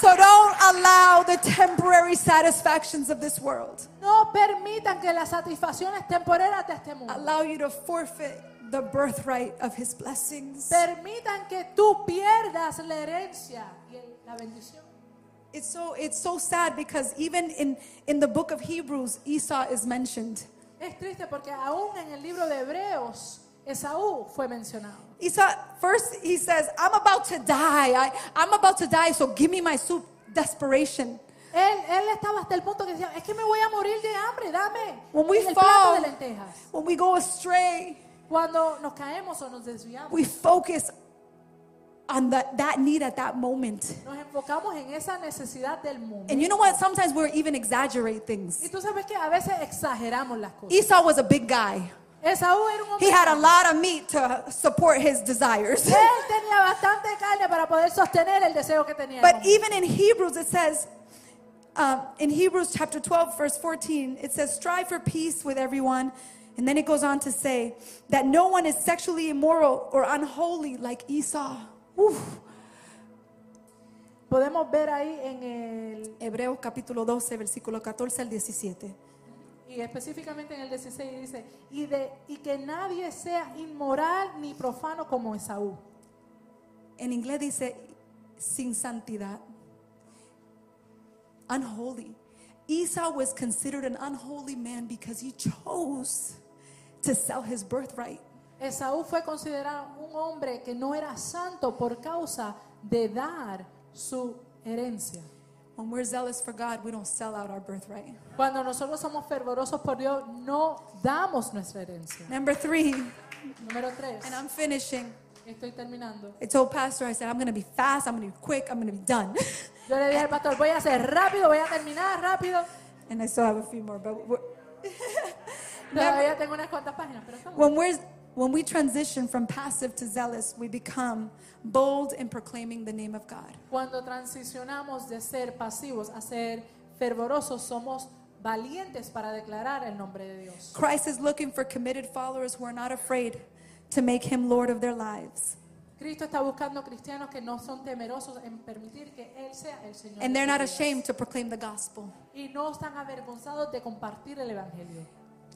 Speaker 1: So don't allow the temporary satisfactions of this world
Speaker 2: No permitan que las satisfacciones temporeras de este mundo
Speaker 1: allow you to forfeit the birthright of his blessings.
Speaker 2: permitan que tú pierdas la herencia y el- la bendición.
Speaker 1: It's so it's so sad because even in in the book of Hebrews Esau is mentioned.
Speaker 2: Es triste porque aún en el libro de Hebreos, Esaú fue mencionado.
Speaker 1: Esau first he says, "I'm about to die. I I'm about to die, so give me my soup." Desperation.
Speaker 2: Él, él estaba hasta el punto que decía, es que me voy a morir de hambre, dame
Speaker 1: When we
Speaker 2: el plato de
Speaker 1: fall,
Speaker 2: lentejas.
Speaker 1: when we go astray,
Speaker 2: Cuando nos caemos o nos desviamos,
Speaker 1: we focus on the, that need at that moment.
Speaker 2: nos enfocamos en esa necesidad del mundo.
Speaker 1: And you know what? Sometimes we even exaggerate
Speaker 2: Y
Speaker 1: things.
Speaker 2: tú sabes que a veces exageramos las cosas.
Speaker 1: Esau was a big guy.
Speaker 2: Esaú era un hombre.
Speaker 1: He had a
Speaker 2: grande.
Speaker 1: lot of meat to support his desires.
Speaker 2: Él tenía bastante carne para poder sostener el deseo que tenía. el
Speaker 1: But
Speaker 2: hombre.
Speaker 1: even in Hebrews, it says, um, in Hebrews chapter 12, verse 14, it says, strive for peace with everyone. And then it goes on to say that no one is sexually immoral or unholy like Esau. Uf.
Speaker 2: Podemos ver ahí en el,
Speaker 1: Hebreos capítulo 12, versículo 14 al 17.
Speaker 2: y específicamente en el 16 dice, y, de, y que nadie sea inmoral ni profano como Esaú.
Speaker 1: En inglés dice sin santidad. unholy. Esau was considered an unholy man because he chose to sell his birthright.
Speaker 2: Esaú fue considerado un hombre que no era santo por causa de dar su herencia.
Speaker 1: When we're zealous for God, we don't sell out our birthright.
Speaker 2: Cuando nosotros somos fervorosos por Dios, no damos nuestra herencia.
Speaker 1: Number three, and
Speaker 2: Número tres.
Speaker 1: I'm finishing.
Speaker 2: Estoy terminando.
Speaker 1: I told Pastor, I said, I'm going to be fast, I'm going to be quick, I'm going to be done.
Speaker 2: Yo le dije al pastor, voy a hacer rápido, voy a terminar rápido.
Speaker 1: and I still have a few more, but we're-
Speaker 2: Todavía tengo unas cuantas páginas, pero estamos.
Speaker 1: when, we're, when we transition from passive to zealous, we become bold in proclaiming the name of God.
Speaker 2: Cuando transicionamos de ser pasivos a ser fervorosos, somos valientes para declarar el nombre de Dios.
Speaker 1: Christ is looking for committed followers who are not afraid to make him Lord of their lives.
Speaker 2: Cristo está buscando cristianos que no son temerosos en permitir que Él sea el Señor.
Speaker 1: And
Speaker 2: de
Speaker 1: they're not
Speaker 2: sus vidas.
Speaker 1: ashamed to proclaim the gospel.
Speaker 2: Y no están avergonzados de compartir el Evangelio.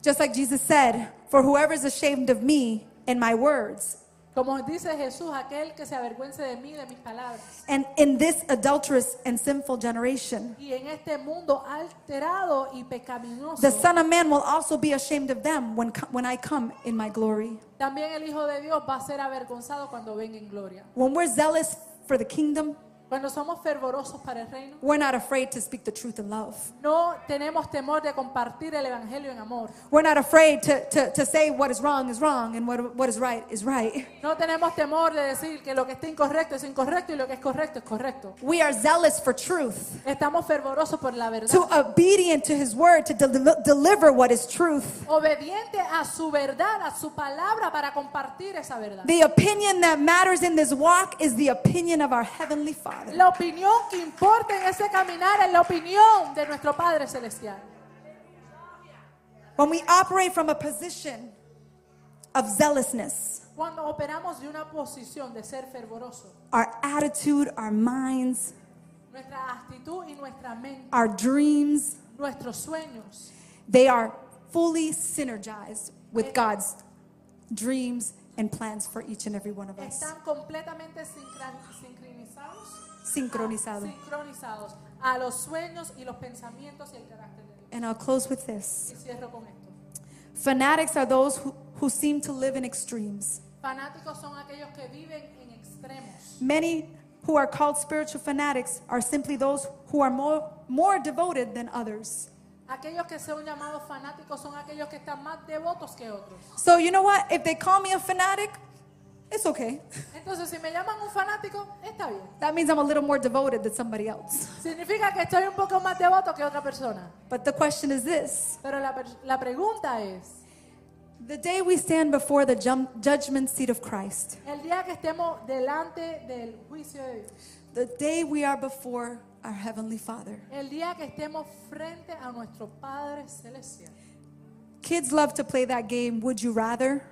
Speaker 1: Just like Jesus said, For whoever is ashamed of me and my words,
Speaker 2: Como dice Jesús, aquel que se avergüence de mí, de mis palabras.
Speaker 1: and in this adulterous and sinful generation,
Speaker 2: Y en este mundo alterado y pecaminoso,
Speaker 1: the Son of Man will also be ashamed of them when, co- when I come in my glory.
Speaker 2: también el Hijo de Dios va a ser avergonzado cuando venga en gloria.
Speaker 1: When we're zealous for the kingdom,
Speaker 2: Cuando somos fervorosos para el reino,
Speaker 1: we're not afraid to speak the truth in love.
Speaker 2: No tenemos temor de compartir el Evangelio en amor.
Speaker 1: We're not afraid to, to, to say what is wrong is wrong and what, what is right is right.
Speaker 2: No tenemos temor de decir que lo que está incorrecto es incorrecto y lo que es correcto es correcto.
Speaker 1: We are zealous for truth.
Speaker 2: Estamos fervorosos por la verdad.
Speaker 1: to obedient to his word to del- deliver what is truth.
Speaker 2: Obediente a su verdad, a su palabra para compartir esa verdad.
Speaker 1: The opinion that matters in this walk is the opinion of our heavenly Father.
Speaker 2: La opinión que importa en ese caminar es la opinión de nuestro Padre Celestial.
Speaker 1: When we operate from a position of zealousness,
Speaker 2: Cuando operamos de una posición de ser fervoroso,
Speaker 1: our attitude, our minds,
Speaker 2: nuestra actitud y nuestra mente,
Speaker 1: our dreams,
Speaker 2: nuestros sueños,
Speaker 1: they are fully synergized with God's dreams and plans for each and every one of us.
Speaker 2: están completamente sincran- sincronizados
Speaker 1: Sincronizado.
Speaker 2: sincronizados a los sueños y los pensamientos y el carácter de Dios.
Speaker 1: And I'll close with this.
Speaker 2: Y cierro con esto.
Speaker 1: Fanatics are those who, who seem to live in extremes.
Speaker 2: Fanáticos son aquellos que viven en extremos.
Speaker 1: Many who are called spiritual fanatics are simply those who are more, more devoted than others.
Speaker 2: Aquellos que son llamados fanáticos son aquellos que están más devotos que otros.
Speaker 1: So, you know what? If they call me a fanatic, it's okay.
Speaker 2: Entonces, si me llaman un fanático, está bien.
Speaker 1: That means I'm a little more devoted than somebody else.
Speaker 2: Significa que estoy un poco más devoto que otra persona.
Speaker 1: But the question is this
Speaker 2: Pero la, per- la pregunta es,
Speaker 1: the day we stand before the jum- judgment seat of Christ,
Speaker 2: el día que estemos delante del juicio de Dios,
Speaker 1: the day we are before our Heavenly Father,
Speaker 2: el día que estemos frente a nuestro Padre Celestial,
Speaker 1: kids love to play that game, would you rather?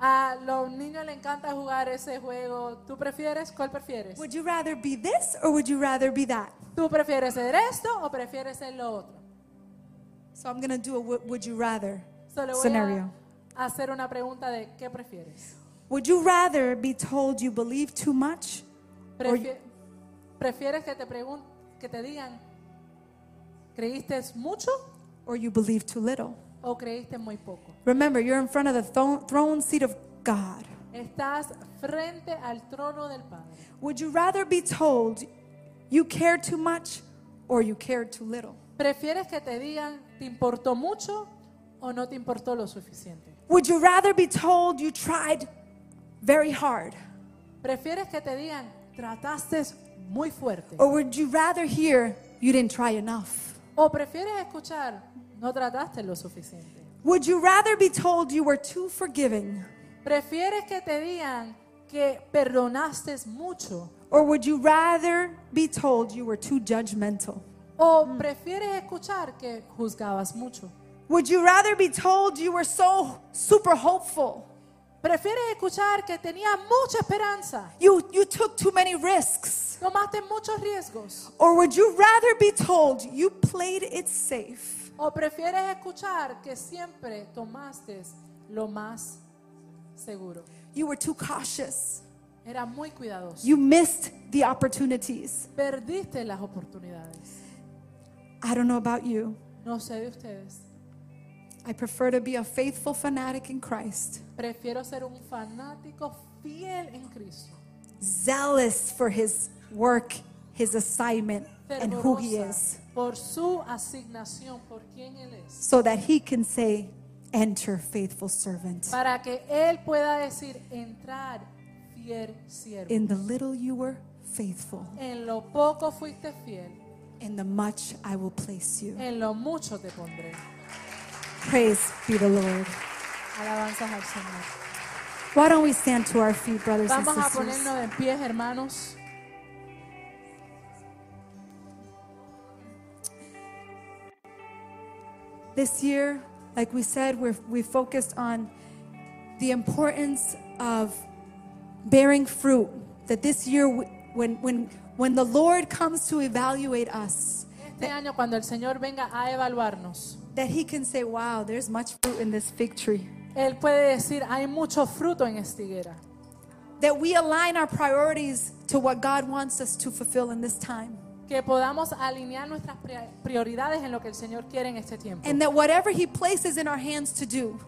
Speaker 2: A los niños les encanta jugar ese juego. ¿Tú prefieres? ¿Cuál prefieres?
Speaker 1: Would you rather be this or would you rather be that?
Speaker 2: ¿Tú prefieres ser esto o prefieres ser lo otro?
Speaker 1: So, I'm going to do a wo- would you rather
Speaker 2: Solo voy
Speaker 1: scenario.
Speaker 2: a hacer una pregunta de ¿qué prefieres?
Speaker 1: Would you rather be told you believe too much?
Speaker 2: Prefie- ¿Prefieres que te pregun- que te digan creíste mucho
Speaker 1: or you believe too little.
Speaker 2: o creíste muy poco?
Speaker 1: Remember, you're in front of the thro- throne seat of God.
Speaker 2: Estás frente al trono del Padre.
Speaker 1: Would you rather be told you care too much or you care too little?
Speaker 2: ¿Prefieres que te digan te importó mucho o no te importó lo suficiente?
Speaker 1: Would you rather be told you tried very hard?
Speaker 2: ¿Prefieres que te digan trataste muy fuerte?
Speaker 1: Or would you rather hear you didn't try enough?
Speaker 2: ¿O prefieres escuchar, no trataste lo suficiente?
Speaker 1: Would you rather be told you were too forgiving?
Speaker 2: ¿Prefieres que te digan que perdonaste mucho?
Speaker 1: Or would you rather be told you were too judgmental?
Speaker 2: ¿O prefieres escuchar que juzgabas mucho?
Speaker 1: Would you rather be told you were so super hopeful?
Speaker 2: ¿Prefieres escuchar que tenías mucha esperanza?
Speaker 1: You, you took too many risks.
Speaker 2: ¿Tomaste muchos riesgos?
Speaker 1: Or would you rather be told you played it safe?
Speaker 2: ¿O prefieres escuchar que siempre tomaste lo más seguro?
Speaker 1: You were too cautious.
Speaker 2: Era muy cuidadoso.
Speaker 1: You missed the opportunities.
Speaker 2: Perdiste las oportunidades.
Speaker 1: I don't know about you.
Speaker 2: No sé de ustedes.
Speaker 1: I prefer to be a faithful fanatic in Christ,
Speaker 2: Prefiero ser un fanático fiel en Cristo.
Speaker 1: zealous for his work, his assignment, and who he
Speaker 2: fervorosa
Speaker 1: is,
Speaker 2: Por su asignación, por quien Él es.
Speaker 1: so that he can say, Enter, faithful servant.
Speaker 2: Para que Él pueda decir, entrar fiel siervo.
Speaker 1: In the little you were faithful,
Speaker 2: En lo poco fuiste fiel,
Speaker 1: in the much I will place you.
Speaker 2: en lo mucho te pondré.
Speaker 1: Praise be the Lord.
Speaker 2: Alabanzas al Señor.
Speaker 1: Why don't we stand to our feet, brothers and
Speaker 2: Vamos a
Speaker 1: sisters?
Speaker 2: ponernos de pie, hermanos.
Speaker 1: This year, like we said, we're, we focused on the importance of bearing fruit. That this year, w- when, when, when the Lord comes to evaluate us,
Speaker 2: Este año, cuando el Señor venga a evaluarnos,
Speaker 1: that He can say, Wow, there's much fruit in this fig tree.
Speaker 2: Él puede decir, hay mucho fruto en esta higuera.
Speaker 1: That we align our priorities to what God wants us to fulfill in this time.
Speaker 2: Que podamos alinear nuestras pri- prioridades en lo que el Señor quiere en este tiempo.
Speaker 1: And that whatever He places in our hands to do,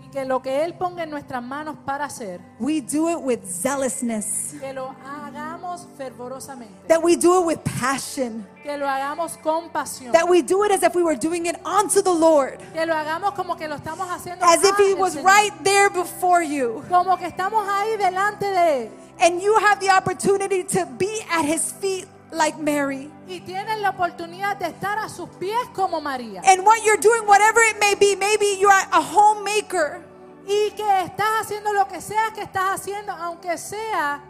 Speaker 2: Y que lo que Él ponga en nuestras manos para hacer,
Speaker 1: we do it with zealousness,
Speaker 2: que lo hagamos fervorosamente,
Speaker 1: that we do it with passion.
Speaker 2: que lo hagamos con pasión,
Speaker 1: That we do it as if we were doing it unto the Lord,
Speaker 2: que lo hagamos como que lo estamos haciendo
Speaker 1: as if
Speaker 2: para
Speaker 1: He
Speaker 2: el
Speaker 1: was
Speaker 2: Señor,
Speaker 1: right there before you.
Speaker 2: como que estamos ahí delante de Él
Speaker 1: And you have the opportunity to be at His feet like Mary.
Speaker 2: y tienes la oportunidad de estar a sus pies como María
Speaker 1: And what you're doing, whatever it may be, maybe you're a homemaker,
Speaker 2: y que estás haciendo lo que sea que estás haciendo, aunque sea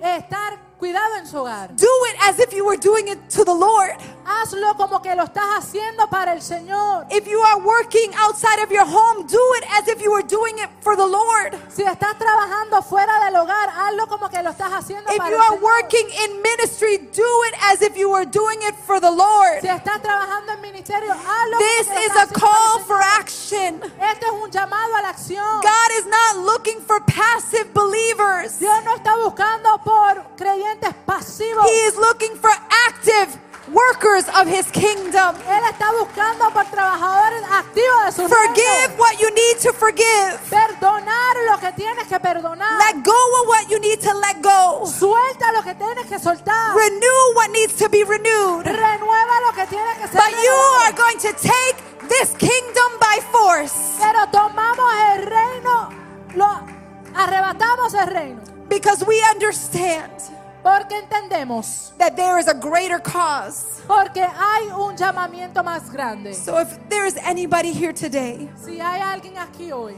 Speaker 2: estar cuidado en su hogar.
Speaker 1: do it as if you were doing it to the Lord.
Speaker 2: Hazlo como que lo estás haciendo para el Señor.
Speaker 1: If you are working outside of your home, do it as if you were doing it for the Lord.
Speaker 2: Si estás trabajando fuera del hogar, hazlo como que lo estás haciendo
Speaker 1: If
Speaker 2: para
Speaker 1: you
Speaker 2: el
Speaker 1: are
Speaker 2: Señor.
Speaker 1: working in ministry, do it as if you were doing it for the Lord.
Speaker 2: Si estás trabajando en ministerio, hazlo.
Speaker 1: This
Speaker 2: porque
Speaker 1: is
Speaker 2: estás
Speaker 1: a
Speaker 2: haciendo
Speaker 1: call
Speaker 2: el
Speaker 1: for
Speaker 2: Señor.
Speaker 1: action.
Speaker 2: Esto es un llamado a la acción.
Speaker 1: God is not looking for passive believers.
Speaker 2: Dios no está buscando por creyentes pasivos.
Speaker 1: He is looking for active workers of his kingdom.
Speaker 2: Él está buscando por trabajadores activos de su
Speaker 1: Forgive
Speaker 2: reino.
Speaker 1: what you need to forgive.
Speaker 2: Perdonar lo que tienes que perdonar.
Speaker 1: Let go of what you need to let go.
Speaker 2: Suelta lo que tienes que soltar.
Speaker 1: Renew what needs to be renewed.
Speaker 2: Renueva lo que tiene que ser.
Speaker 1: But you are
Speaker 2: renovado.
Speaker 1: going to take this kingdom by force
Speaker 2: Pero tomamos el reino, lo arrebatamos el reino,
Speaker 1: because we understand
Speaker 2: porque entendemos,
Speaker 1: that there is a greater cause.
Speaker 2: porque hay un llamamiento más grande.
Speaker 1: So if there is anybody here today
Speaker 2: Si hay alguien aquí hoy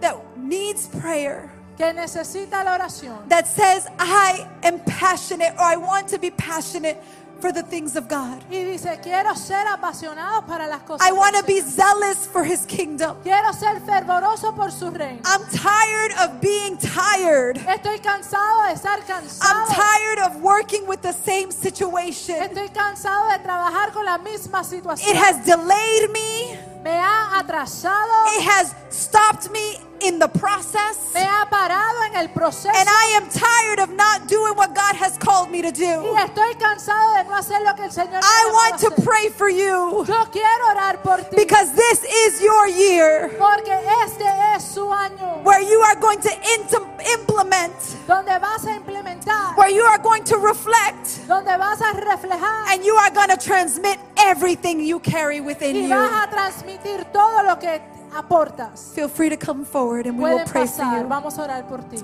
Speaker 1: that needs prayer,
Speaker 2: que necesita la oración,
Speaker 1: that says, I am passionate or I want to be passionate for the things of God.
Speaker 2: y dice quiero ser apasionado para las cosas.
Speaker 1: I want to
Speaker 2: del
Speaker 1: be
Speaker 2: Señor.
Speaker 1: zealous for His kingdom.
Speaker 2: Quiero ser fervoroso por su reino.
Speaker 1: I'm tired of being tired.
Speaker 2: Estoy cansado de estar
Speaker 1: I'm
Speaker 2: cansado.
Speaker 1: tired of working with the same situation.
Speaker 2: Estoy cansado de trabajar con la misma situación.
Speaker 1: It has delayed me,
Speaker 2: me ha atrasado,
Speaker 1: it has stopped me in the process.
Speaker 2: me ha parado en el proceso
Speaker 1: And I am tired of not doing what God has called me to
Speaker 2: y
Speaker 1: do.
Speaker 2: estoy cansado de no hacer lo que el Señor me
Speaker 1: I
Speaker 2: ha
Speaker 1: want
Speaker 2: llamado a
Speaker 1: to
Speaker 2: hacer.
Speaker 1: pray for you
Speaker 2: Yo quiero orar por ti
Speaker 1: because this is your year
Speaker 2: porque este es su año
Speaker 1: where you are going to intim- implement
Speaker 2: donde vas a implementar,
Speaker 1: where you are going to reflect
Speaker 2: donde vas a reflejar
Speaker 1: and you are going to transmit everything you carry within
Speaker 2: y
Speaker 1: you.
Speaker 2: vas a transmitir todo lo que aportas.
Speaker 1: Feel free to come forward and we will
Speaker 2: Pueden
Speaker 1: pray for
Speaker 2: pasar,
Speaker 1: you.
Speaker 2: vamos a orar por ti.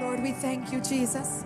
Speaker 1: Lord, we thank you, Jesus.